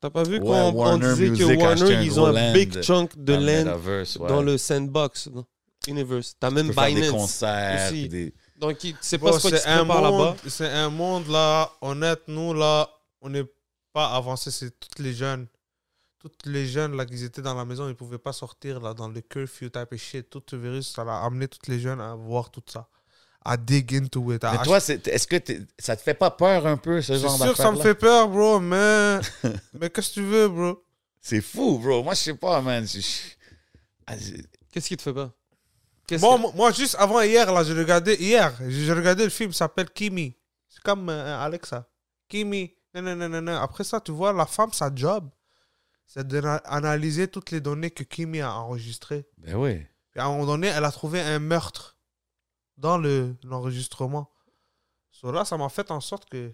T'as pas vu Ouais, qu'on on Warner disait Music a que acheté un Warner, ils ont gros land un big chunk de Dans le land metaverse, ouais. dans le sandbox, non? Universe. T'as même Tu peux faire des Binance. concerts, aussi. puis des- Donc, il- tu sais Bro, pas ce quoi qui c'est se un prépare là-bas. monde, c'est un monde là, honnête, nous là, on n'est pas avancé, c'est toutes les jeunes. Toutes les jeunes là qui étaient dans la maison, ils pouvaient pas sortir là dans le curfew type of shit. Tout ce virus, ça l'a amené toutes les jeunes à voir tout ça, à dig into it. à Mais toi, c'est- est-ce que t'es- ça te fait pas peur un peu, ce acheter- genre Ah, c'est sûr, ça me d'affaire-là? fait peur, bro, mais mais qu'est-ce que tu veux, bro? C'est fou, bro. Moi, je sais pas, man. Je- je- Ah, je- Qu'est-ce qui te fait peur? Qu'est-ce Moi, que- moi, moi, juste avant hier là, j'ai regardé hier, j'ai j'ai regardé le film s'appelle Kimi. C'est comme euh, Alexa. Kimi, nanana, nanana. Après ça, tu vois, la femme, sa job, c'est d'analyser toutes les données que Kimi a enregistrées. Ben oui. Et à un moment donné, elle a trouvé un meurtre dans le- l'enregistrement. So, là, ça m'a fait en sorte que.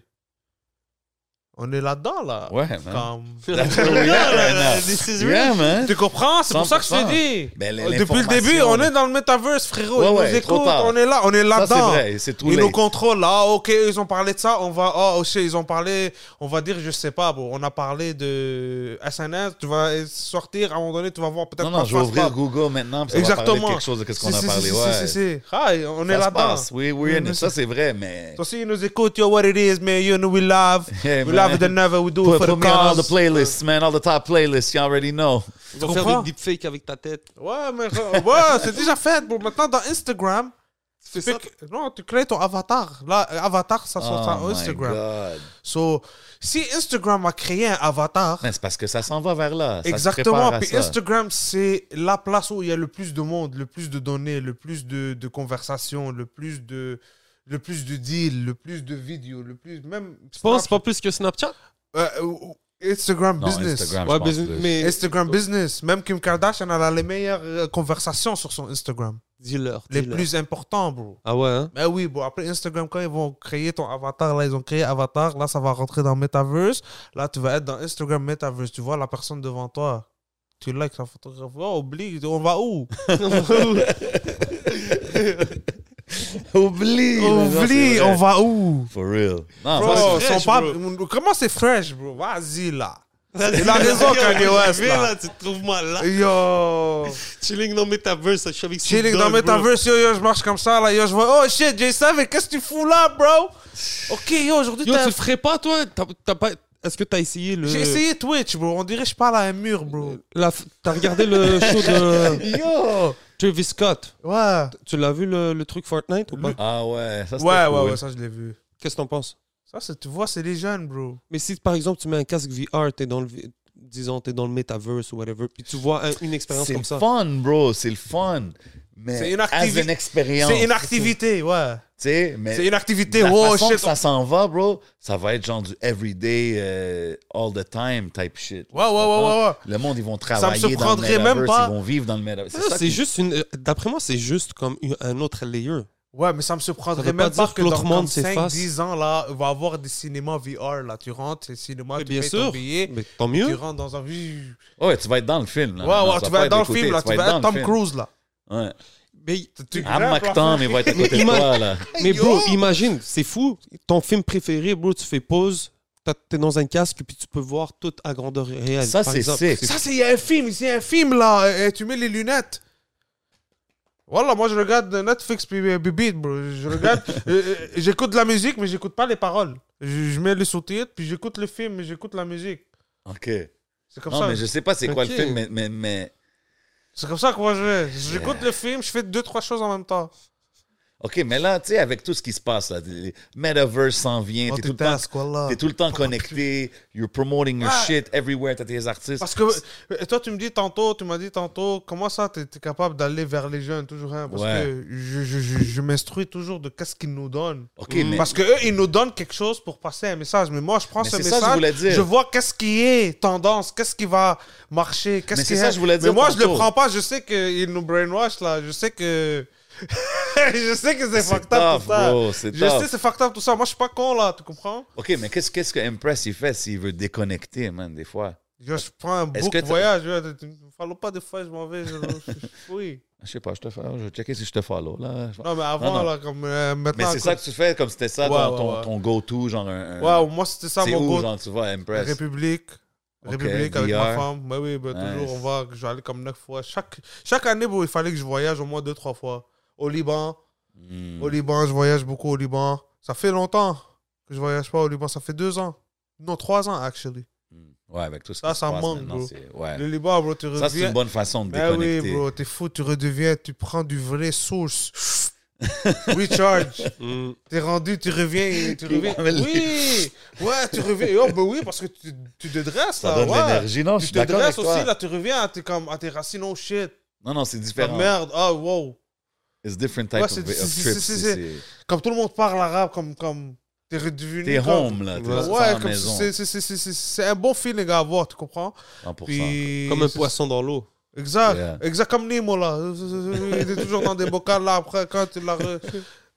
On est là-dedans, là. Ouais, man. Comme- euh, That's where we at right now. This is Yeah, man. Tu comprends? C'est pour ça que je te 100%. dis. Ben, l- Depuis le début, l'information, on est dans le metaverse, frérot. Ouais, ils nous ouais, trop écoutent, tard. on est là, on Ça, est c'est là-dedans. vrai. C'est tout Ils nous late. contrôlent. Ah, ok, ils ont parlé de ça. On va. Ah, ok, ils ont parlé. On va dire, je sais pas, bon, on a parlé de SNS. Tu vas sortir à un moment donné, tu vas voir peut-être Non, ma non, je vais face, ouvrir pas. Google maintenant. Puis ça va parler de Exactement. quelque chose de qu'est-ce qu'on Si, a si, parlé. si, Ouais. Si, si, si. Ah, on est Ça se là-dedans. passe. Oui, oui. Mm, Ça, c'est vrai, mais. So, see, you know, they quote you what it is, man. You know, we love. Hey, we man. love it and never. We do Put, it for put the me on all the cause. playlists, man. All the top playlists. You already know. Ils Tu vont faire comprends? des deepfakes avec ta tête. Ouais, mais ouais, c'est déjà fait. Bon, maintenant, dans Instagram, C'est tu ça. fais que- non, tu crées ton avatar. Là, euh, avatar, ça sort sur Oh my Instagram. God. So, si Instagram a créé un avatar, Mais c'est parce que ça s'en va vers là. Ça se prépare exactement, à puis ça. Instagram, c'est la place où il y a le plus de monde, le plus de données, le plus de, de conversations, le plus de le plus de deals, le plus de vidéos, le plus même Tu penses pas plus que Snapchat? Euh, euh, Instagram Non, business. Instagram, je Ouais, pense mais- plus. mais Instagram business, même Kim Kardashian elle a les meilleures euh, conversations sur son Instagram, dis-leur. les dis-leur. plus importants, bro. Ah ouais, hein? Ben oui, bon, après Instagram, quand ils vont créer ton avatar, là, ils ont créé avatar, là, ça va rentrer dans Metaverse. Là, tu vas être dans Instagram Metaverse. Tu vois la personne devant toi. Tu likes sa photographie. Oh, oublie, on va où Oublie. Oublie, on va où For real. Non, Ah, Bro, parce que- ils sont fresh, pas- bro. mon- Comment c'est fresh, bro Vas-y, là. Il a raison, Kanye West, Mais là. là, tu te trouves mal, là. Yo Chilling dans Metaverse, je suis avec Snoop Chilling dans Dogg, bro. Metaverse, yo, yo, je marche comme ça, là, yo, je vois, oh shit, J7, qu'est-ce que tu fous là, bro Ok, yo, aujourd'hui, Yo, t'as- tu le ferais pas, toi? T'as- t'as pas... Est-ce que t'as essayé le... J'ai essayé Twitch, bro. On dirait que je parle à un mur, bro. La f- T'as regardé le show de Yo Travis Scott. Ouais Tu l'as vu, le, le truc Fortnite, ou pas? Ah ouais, ça c'était Ouais, cool. ouais, ouais, ça je l'ai vu. Qu'est-ce que t'en penses? Ça, c'est- tu vois, c'est les jeunes, bro. Mais si, par exemple, tu mets un casque VR, t'es dans le... vi- Disons, t'es dans le Metaverse ou whatever, puis tu vois un- une expérience C'est comme le ça. fun, bro. C'est le fun. Mais C'est une as activi- une expérience. C'est une activité, ouais. Tu sais, mais C'est une activité, la wow, façon shit. que ça s'en va, bro, ça va être genre du everyday, euh, all the time type shit. Ouais, ouais, ouais, ouais, ouais. Le monde, ils vont me travailler dans le surprendrait même metaverse, pas. Ah, ils vont vivre dans le metaverse. Ça, C'est juste une. euh, D'après moi, c'est juste comme une- un autre layer. Ouais, mais ça me surprendrait Ça veut pas même pas dire que que dans l'autre monde comme s'efface. 5-10 ans, là, il va y avoir des cinémas VR, là. Tu rentres, c'est cinéma, Mais tu bien payes sûr. ton billet, Mais tant tu mieux. rentres dans un... Ouais, Ouais, tu vas être dans le film. Là, Non, ouais, tu pas vas être dans le écouté, film, là. Tu vas être dans le Tom film. Cruise, là. Ouais. Mais, Tu Ah, grimpes, Mac là. Tom, il va être à côté de Ima- toi, là. mais bro, imagine, c'est fou. Ton film préféré, bro, tu fais pause, t'as- t'es dans un casque, puis tu peux voir tout à grandeur réelle. Ça, par c'est exemple. sick. Ça, c'est il y a un film, il y a un film, là. Et, et tu mets les lunettes. Voilà, moi, je regarde Netflix puis euh, Bibit, bro. Je regarde, euh, euh, j'écoute de la musique, mais j'écoute pas les paroles. Je, je mets les sous-titres, puis j'écoute le film, mais j'écoute la musique. OK. C'est comme Non, ça. mais je sais pas c'est quoi le Ok. film, mais, mais, mais... C'est comme ça que moi, je vais. J'écoute le film, je fais deux, trois choses en même temps. OK, mais là, tu sais, avec tout ce qui se passe, là, les- metaverse s'en Oh, vient, t'es tout le temps... Multitask, wallah. T'es tout le temps connecté, you're promoting your Ah. shit everywhere, t'as tes artistes. Parce que euh, toi, tu me dis tantôt, tu m'as dit tantôt, comment ça, tu es, capable d'aller vers les jeunes, toujours hein, Parce Ouais. que je, je- je- je m'instruis toujours de qu'est-ce qu'ils nous donnent. OK, mais- Mm, Parce que eux, ils nous donnent quelque chose pour passer un message. Mais moi, je prends Mais ce c'est ça message, que je voulais dire. vois qu'est-ce qui est tendance, qu'est-ce qui va marcher, qu'est-ce Mais qui c'est ça que je voulais dire Mais moi, je le tantôt. prends pas. Je sais qu'ils nous brainwash, là. Je sais que... je sais que c'est C'est fucked up, tough, tout ça. bro, c'est Je sais tough. c'est fucked up, tout ça. Moi, je suis pas con, là, tu comprends OK, mais qu'est-ce qu'est-ce que Impress, il fait s'il veut déconnecter, man, des fois? Yo, je prends un Est-ce book que t'as- voyage. yo, Tu me follow pas des fois, je m'en vais. je- je- je- Oui. Je sais pas, je te fais, je vais checker si je te follow, là. Non, mais avant, Non, non. là, comme euh, Mais maintenant. c'est ça que tu fais, comme c'était ça Ouais, ton, ouais, ton, ouais. ton go-to, genre un... un- Ouais, moi, c'était ça c'est où, mon goût. genre, tu vois, Impress? République. Ok, République avec ma VR. femme. Mais oui, ben, Nice. toujours, on va. Je vais aller comme neuf fois. Chaque, chaque année, bon, il fallait que je voyage au moins deux, trois fois. Au Liban. Hmm. Au Liban, je voyage beaucoup au Liban. Ça fait longtemps que je voyage pas au Liban. Ça fait deux ans. Non, trois ans, actually. Hmm. Ouais, avec tout ce Ça, qui se ça passe manque, maintenant, bro. c'est- ouais. Le Liban, bro, tu Ça, c'est reviens. une bonne façon de Mais oui, déconnecter. bro, t'es fou, tu redeviens, tu prends du vrai source. Recharge. Mm. T'es rendu, tu reviens, et tu reviens. Ouais, mais le- Oui, ouais, tu reviens. Et Oh, ben oui, parce que tu, tu te dresses, ça là. donne de ouais. l'énergie, non? Je Tu suis te d'accord avec dresses toi. aussi, là, tu reviens à tes, comme, à tes racines, oh shit. Non, non, c'est Ah, différent. merde, ah, wow. It's different type Ouais, of, c'est- of c'est- c'est- trips. c'est- c'est- Comme tout le monde parle arabe, comme, comme T'es redevenu. T'es comme- home, là. T'es Ouais, sans la comme maison. c'est- c'est- c'est- c'est- c'est- c'est un bon feeling à avoir, tu comprends? 100%. Puis- Comme un poisson dans l'eau. Exact, Yeah. exact, comme Nemo là. Il était toujours dans des bocals là après quand tu l'as. re-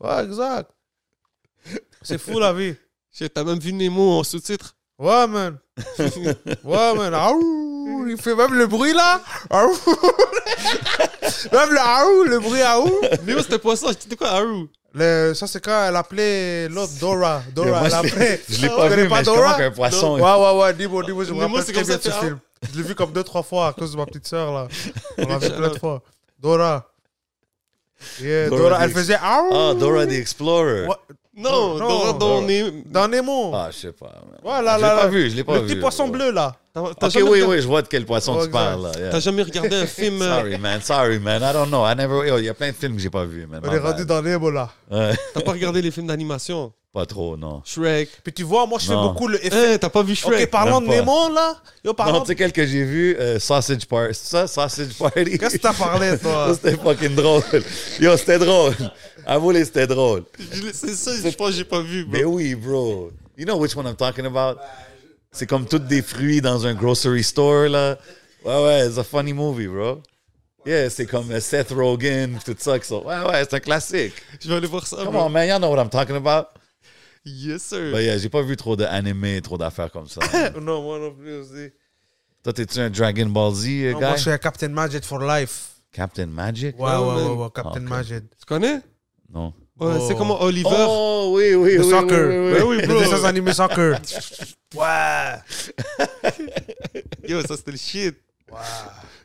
Ouais, exact. C'est fou la vie. Shit, T'as même vu Nemo en sous-titre Ouais, man. Ouais, man. Aouh. Il fait même le bruit là. Aouh. Même le aouh, le bruit ah, aouh. Nemo, c'était poisson. C'était quoi, Haru Le- ça, c'est quand elle appelait l'autre Dora. Dora, Moi, elle je l'ai- appelait. je l'ai Tu pas connais vu, mais je comprends qu'un poisson- Ouais, ouais, ouais. Nemo, Nemo, je me Nemo, rappelle c'est très comme ça bien de ce fait, film. Je l'ai vu comme deux, trois fois à cause de ma petite sœur, là. On l'a vu plein de fois. Dora. Yeah, Dora, Dora the elle Ex- faisait. Ah, Ah, Dora the Explorer. Ouais. Non, Non, dans, dans non. Nemo. Dans Nemo. Ah, je sais pas. Ouais, je là, l'ai là, pas là. vu, je l'ai pas le vu. Ah, petit poisson bleu, là. T'as t'as Ok, jamais oui, regardé- oui, je vois de quel poisson Oh, tu parles, là. yeah. T'as jamais regardé un film. euh, Sorry, man. Sorry, man. I don't know. I never... oh, Il y a plein de films que j'ai pas vu, man. On My est rendu bad. dans Nemo, là. Ouais. T'as pas regardé les films d'animation Pas trop, non. Shrek. Puis tu vois, moi, je fais Non. beaucoup le effet. Hein, t'as pas vu Ok, Shrek parlons de Même pas. Nemo, là. Yo, Non, parlons. tu sais, quel que j'ai vu, euh, Sausage Party. C'est ça, Sausage Party? Qu'est-ce que t'as parlé, Ça, toi c'était fucking drôle. Yo, c'était drôle. Avoue-les, c'était drôle. Je l'ai- C'est ça, je pense que j'ai pas vu. bro. Mais oui, bro. You know which one I'm talking about? C'est comme toutes des fruits dans un grocery store, là. Ouais, ouais, it's a funny movie, bro. Yeah, c'est comme euh, Seth Rogen, tout ça. qui sont- Ouais, ouais, c'est un classique. Je vais aller voir ça. Come bro. on, man, y'all know what I'm talking about. Yes, sir. But yeah, j'ai pas vu trop d'animés, trop d'affaires comme ça. Non, moi non plus aussi. Toi, t'es-tu un Dragon Ball Z euh, Non, guy? moi, je suis un Captain Magic for life. Captain Magic? Ouais, ouais, ouais, man. ouais, Captain Ah, ok. Majid. Tu connais Non. Ouais, Oh. C'est comment Oliver Oh, oui, oui, Le oui, soccer. oui, oui, oui. Ben oui, bro. Les dessins animés soccer. ouais. Yo, ça c'était le shit.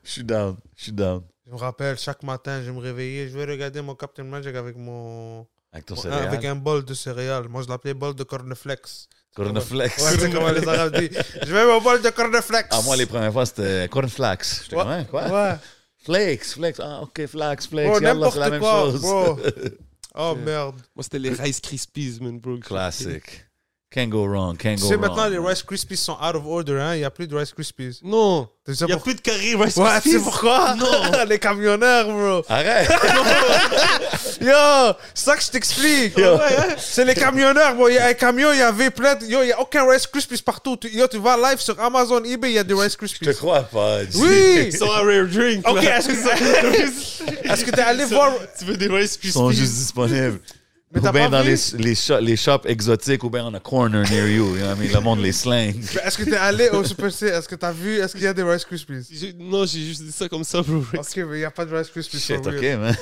Je suis down, je suis down. Je me rappelle, chaque matin, je me réveillais, je vais regarder mon Captain Magic avec mon. Avec ton mon- Avec céréal. un bol de céréales. Moi, je l'appelais bol de cornflakes. Cornflakes. Ouais, c'est comment les Arabes disent. Je veux mon bol de cornflakes. Ah, moi, les premières fois, c'était cornflakes. J'étais Ouais. comme, hein, quoi? Ouais. Flakes, flakes. Ah, ok, flax, flakes. Bro, Yallah, c'est la n'importe même quoi, chose. bro. Oh merde. Moi c'était les Rice Krispies, man, bro. Classic. Can't go wrong, can't Tu go sais, wrong. maintenant, les Rice Krispies sont out of order, hein. Il n'y a plus de Rice Krispies. Non. Tu sais Il y a pourquoi? plus de carré Rice Ouais, tu Krispies. sais pourquoi? Non. les camionneurs, bro. Arrête! Yo, c'est ça que je t'explique. Ouais, hein. C'est les camionneurs, bro. Il y a un camion, il y avait plein de... Yo, il n'y a aucun Rice Krispies partout. Tu- Yo, tu vas live sur Amazon, eBay, il y a des Rice Je te Krispies. crois pas. G. Oui! Ils sont un rare drink. Ok, là. est-ce que Est-ce que t'es allé voir... Tu veux des Rice Ils sont juste Krispies disponibles. Mais t'as ou bien pas dans vu? les, les, sho- les shops exotiques, ou bien on a corner near you. you know what I mean? Le monde les slang. Mais Est-ce que t'es allé au Super C? Est-ce que t'as vu... Est-ce qu'il y a des Rice Krispies? J'ai- Non, j'ai juste dit ça comme ça, bro. Ok, mais il n'y a pas de Rice Krispies. Shit, for ok, real. man.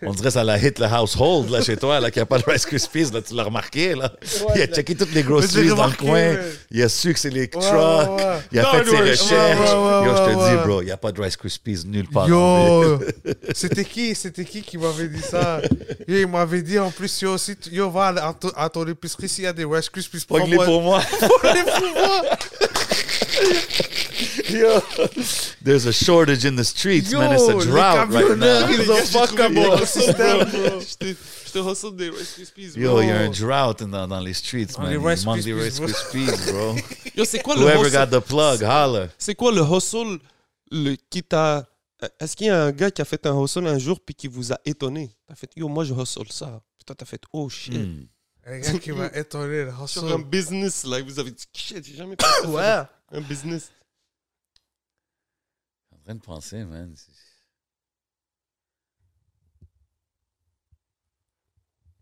On dirait que ça la hit le household, là, chez toi, là, qu'il n'y a pas de Rice Krispies, là, tu l'as remarqué, là. Il a checké toutes les Mais grosseries j'ai dans le remarqué, coin. ouais. Il a su que c'est les trucks. ouais, ouais. Il a Non, fait ses ouais, ouais, recherches. ouais, Yo, je te ouais, dis, ouais. bro, il n'y a pas de Rice Krispies nulle part. dans le Yo, ville. c'était qui, c'était qui qui m'avait dit ça Yo, il m'avait dit en plus yo si tu- yo va à, la- à ton- à ton épicerie s'il y a des Rice Krispies Pogne-les prends-moi- pour moi. Prends-les pour moi. Yo. There's a shortage in the streets, man. It's a les drought right now. camionneurs, ils ont fuck up trouvé mon des système. bro. Je te- je te ressemble des Rice Krispies, bro. Yo, il y a un drought dans, dans les streets, man. les Il Rice manque des Rice Krispies, Krispies, bro. Yo, c'est quoi le Whoever got hustle the plug, holla. C'est quoi le hustle le, qui t'a. Est-ce qu'il y a un gars qui a fait un hustle un jour puis qui vous a étonné T'as fait yo, moi je hustle ça. Puis toi t'as fait oh shit. Hmm. Un gars qui m'a étonné, le Sur hustle. un business, là, vous avez dit shit, j'ai jamais pensé à faire Ouais. un business. en train de penser, man. C'est-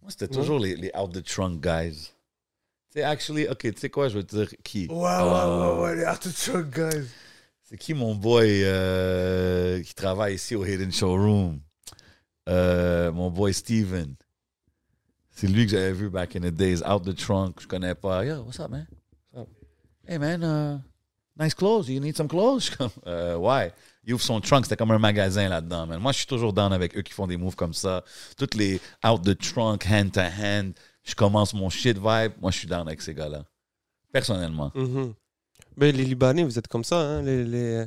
Moi, c'était toujours les, les out the trunk guys. C'est actually, ok, tu sais quoi, je veux te dire qui. Ouais, ouais, Ah. ouais, ouais, les out of truck guys. C'est qui mon boy euh, qui travaille ici au Hidden Showroom? Euh, mon boy Steven. C'est lui que j'avais vu back in the days, out the trunk, je connais pas. Yo, what's up, man? What's up? Hey, man, uh, nice clothes. You need some clothes? Je suis comme, euh, ouais. Il ouvre son trunk, c'était comme un magasin là-dedans, man. Moi, je suis toujours down avec eux qui font des moves comme ça. Toutes les out the trunk, hand to hand. Je commence mon shit vibe. Moi, je suis down avec ces gars-là. Personnellement. Mhm. Mais les Libanais, vous êtes comme ça, hein, les, les...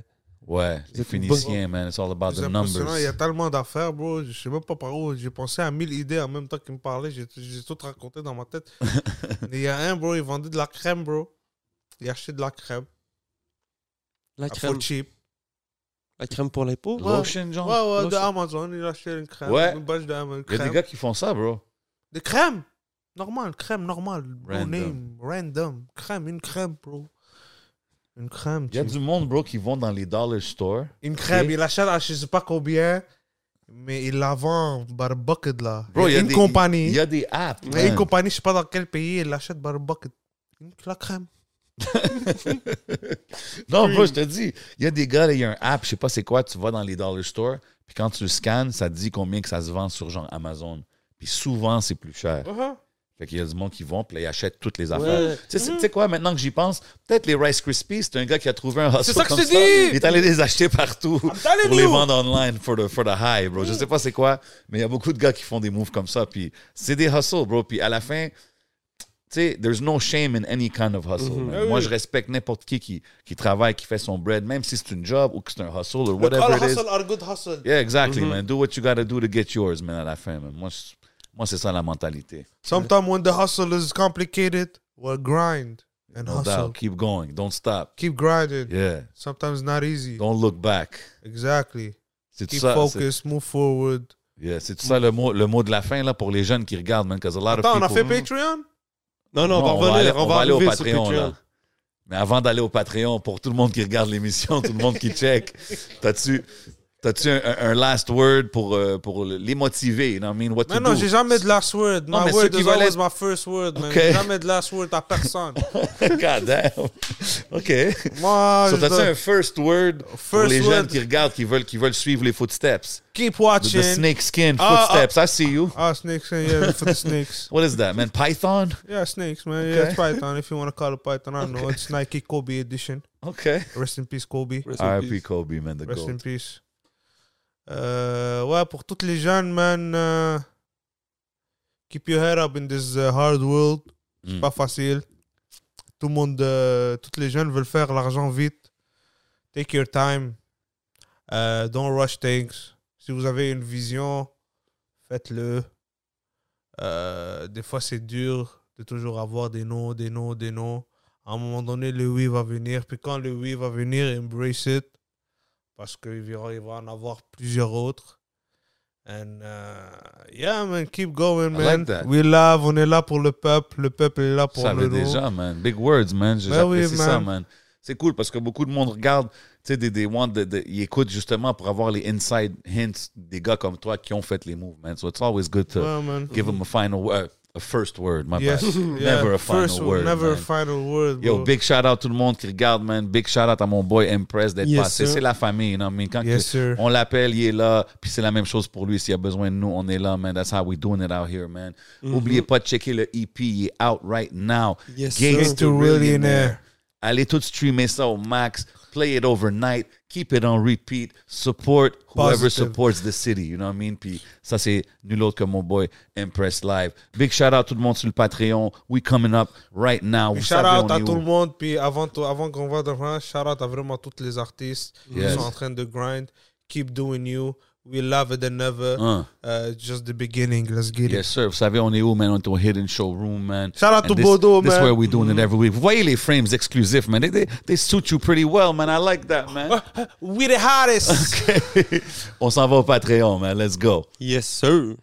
Ouais. Les êtes une Phéniciens, man. It's all about C'est the impressionnant, il y numbers. a tellement d'affaires, bro. Je sais même pas par où. J'ai pensé à mille idées en même temps qu'ils me parlaient. J'ai j'ai tout raconté dans ma tête. Mais il y a un, bro, il vendait de la crème, bro. Il achetait de la crème. La à crème. full cheap. La crème pour les peaux. Lotion, genre? Ouais, ouais, de Lotion. Amazon. Il a acheté une crème. Ouais. Une bâche de crème. Il y a des gars qui font ça, bro. Des crèmes Normal, crème normale. No Random. name, random. Crème, une crème, bro. Une crème. Il y a tu- du monde, bro, qui vont dans les dollar stores. Une crème, Ok. il achète à je sais pas combien, mais il la vend par bucket là. Bro, il y a une des- compagnie. Il y a des apps. Mais une man. compagnie, je sais pas dans quel pays, elle l'achète par bucket. Une- La crème. Non, bro, je te dis, il y a des gars, là, il y a un app, je sais pas c'est quoi, tu vas dans les dollar stores, puis quand tu le scannes, ça te dit combien que ça se vend sur genre Amazon. Puis souvent, c'est plus cher. Fait qu'il y a du monde qui vont, puis là, ils achètent toutes les affaires. Ouais. Tu sais, Mm. c'est- tu sais quoi, maintenant que j'y pense, peut-être les Rice Krispies, c'est un gars qui a trouvé un hustle C'est ça que comme je Ah, te dis! Il est allé les acheter partout telling pour les you! vendre online for the, for the high, bro. Mm. Je sais pas c'est quoi, mais il y a beaucoup de gars qui font des moves comme ça, puis c'est des hustles, bro. Puis à la fin, tu sais, there's no shame in any kind of hustle, Mm-hmm. man. Ah Moi, je respecte n'importe qui, qui qui travaille, qui fait son bread, même si c'est une job ou que c'est un hustle ou whatever it is. are good hustle. Mm-hmm. Yeah, exactly, man. Do what you gotta do to get yours, man, à la fin, man. Moi, je- moi c'est ça la mentalité. Sometimes when the hustle is complicated, well, grind and No hustle. doubt. Keep going. Don't stop. Keep grinding. Yeah. Sometimes not easy. Don't look back. Exactly. C'est tout Keep ça. c'est- focused, move forward. Yeah, c'est tout ça le mot, le mot de la fin là pour les jeunes qui regardent, man. Cause a lot of Attends, on a people- hmm. fait Patreon? Non, non, Non, on va revenir. aller- On va aller au arriver sur Patreon, là. Patreon. Mais avant d'aller au Patreon, pour tout le monde qui regarde l'émission, tout le monde qui check, t'as-tu, t'as-tu un, un- un last word pour, euh, pour le- les motiver? You know what I mean? What Mais to non, do? j'ai jamais de last word. Non, mais my ceux word qui is veulent always être- my first word, man. Ok. Jamais de last word à personne. God damn. OK. Moi, So, Ah, je t'as-tu dois- un first word pour First les word. jeunes qui regardent, qui veulent, qui veulent suivre les footsteps? keep The, watching. the snake skin Ah, footsteps. I see you. Ah, snakes, yeah, for the snakes. What is that, man? Python? Yeah, snakes, man. Yeah, it's Python. If you want to call it Python, I don't know. It's Nike Kobe edition. OK. Rest in peace, Kobe. Rest in R.I.P. peace. Kobe, man, the Rest in GOAT. peace. Euh, ouais, pour toutes les jeunes, man, euh, keep your head up in this uh, hard world. C'est Mm. pas facile. Tout le monde, euh, toutes les jeunes veulent faire l'argent vite. Take your time. Euh, don't rush things. Si vous avez une vision, faites-le. Euh, des fois, c'est dur de toujours avoir des noms, des noms, des noms. À un moment donné, le oui va venir. Puis quand le oui va venir, embrace it. Parce qu'il va, il va en avoir plusieurs autres. And uh, yeah, man, keep going, I man. like that. We love, on est là pour le peuple. Le peuple est là pour Ça le veut nous. déjà, man. Big words, man. J'ai- Ben oui, J'apprécie ça, man. man. C'est cool parce que beaucoup de monde regarde, tu sais, des, des ones de- de- ils écoutent justement pour avoir les inside hints des gars comme toi qui ont fait les moves, man. So it's always good to Ouais, man. give them a final, uh, a first word, my Yes. bad. yeah. Never a final First word, Never man. a final word. Yo, bro. big shout out tout le monde qui regarde, man. Big shout out à mon boy Impress d'être Yes, passé. sir. C'est la famille, you know what I mean? Quand Yes, que- sir. on l'appelle, il est là. Puis c'est la même chose pour lui. S'il a besoin de nous, on est là, man. That's how we doing it out here, man. Mm-hmm. Oubliez pas de checker le EP. Il est out right now. Yes, Gates sir. to To Millionaire. Millionaire. Allez tout streamer ça au max. Play it overnight. Keep it on repeat. Support whoever Positive. supports the city. You know what I mean? Puis ça, c'est nul autre que mon boy Impress Live. Big shout out tout le monde sur le Patreon. We coming up right now. Vous Puis savez, shout out ben, on à est tout où. le monde. Puis avant, tout- avant qu'on va devant, shout out à vraiment tous les artistes Yes. qui sont en train de grind. Keep doing you. We love it and never. Hein. Uh, just the beginning. Let's get Yes, sir. Vous savez, on est où, man? On est au Hidden Showroom, man. Shout out And to this- Bodo, This man. where we doing it every week. Vous voyez les frames exclusifs, man. They, they, they suit you pretty well, man. I like that, man. it. We the hottest. on s'en va au Patreon, man. Let's go. Yes, sir.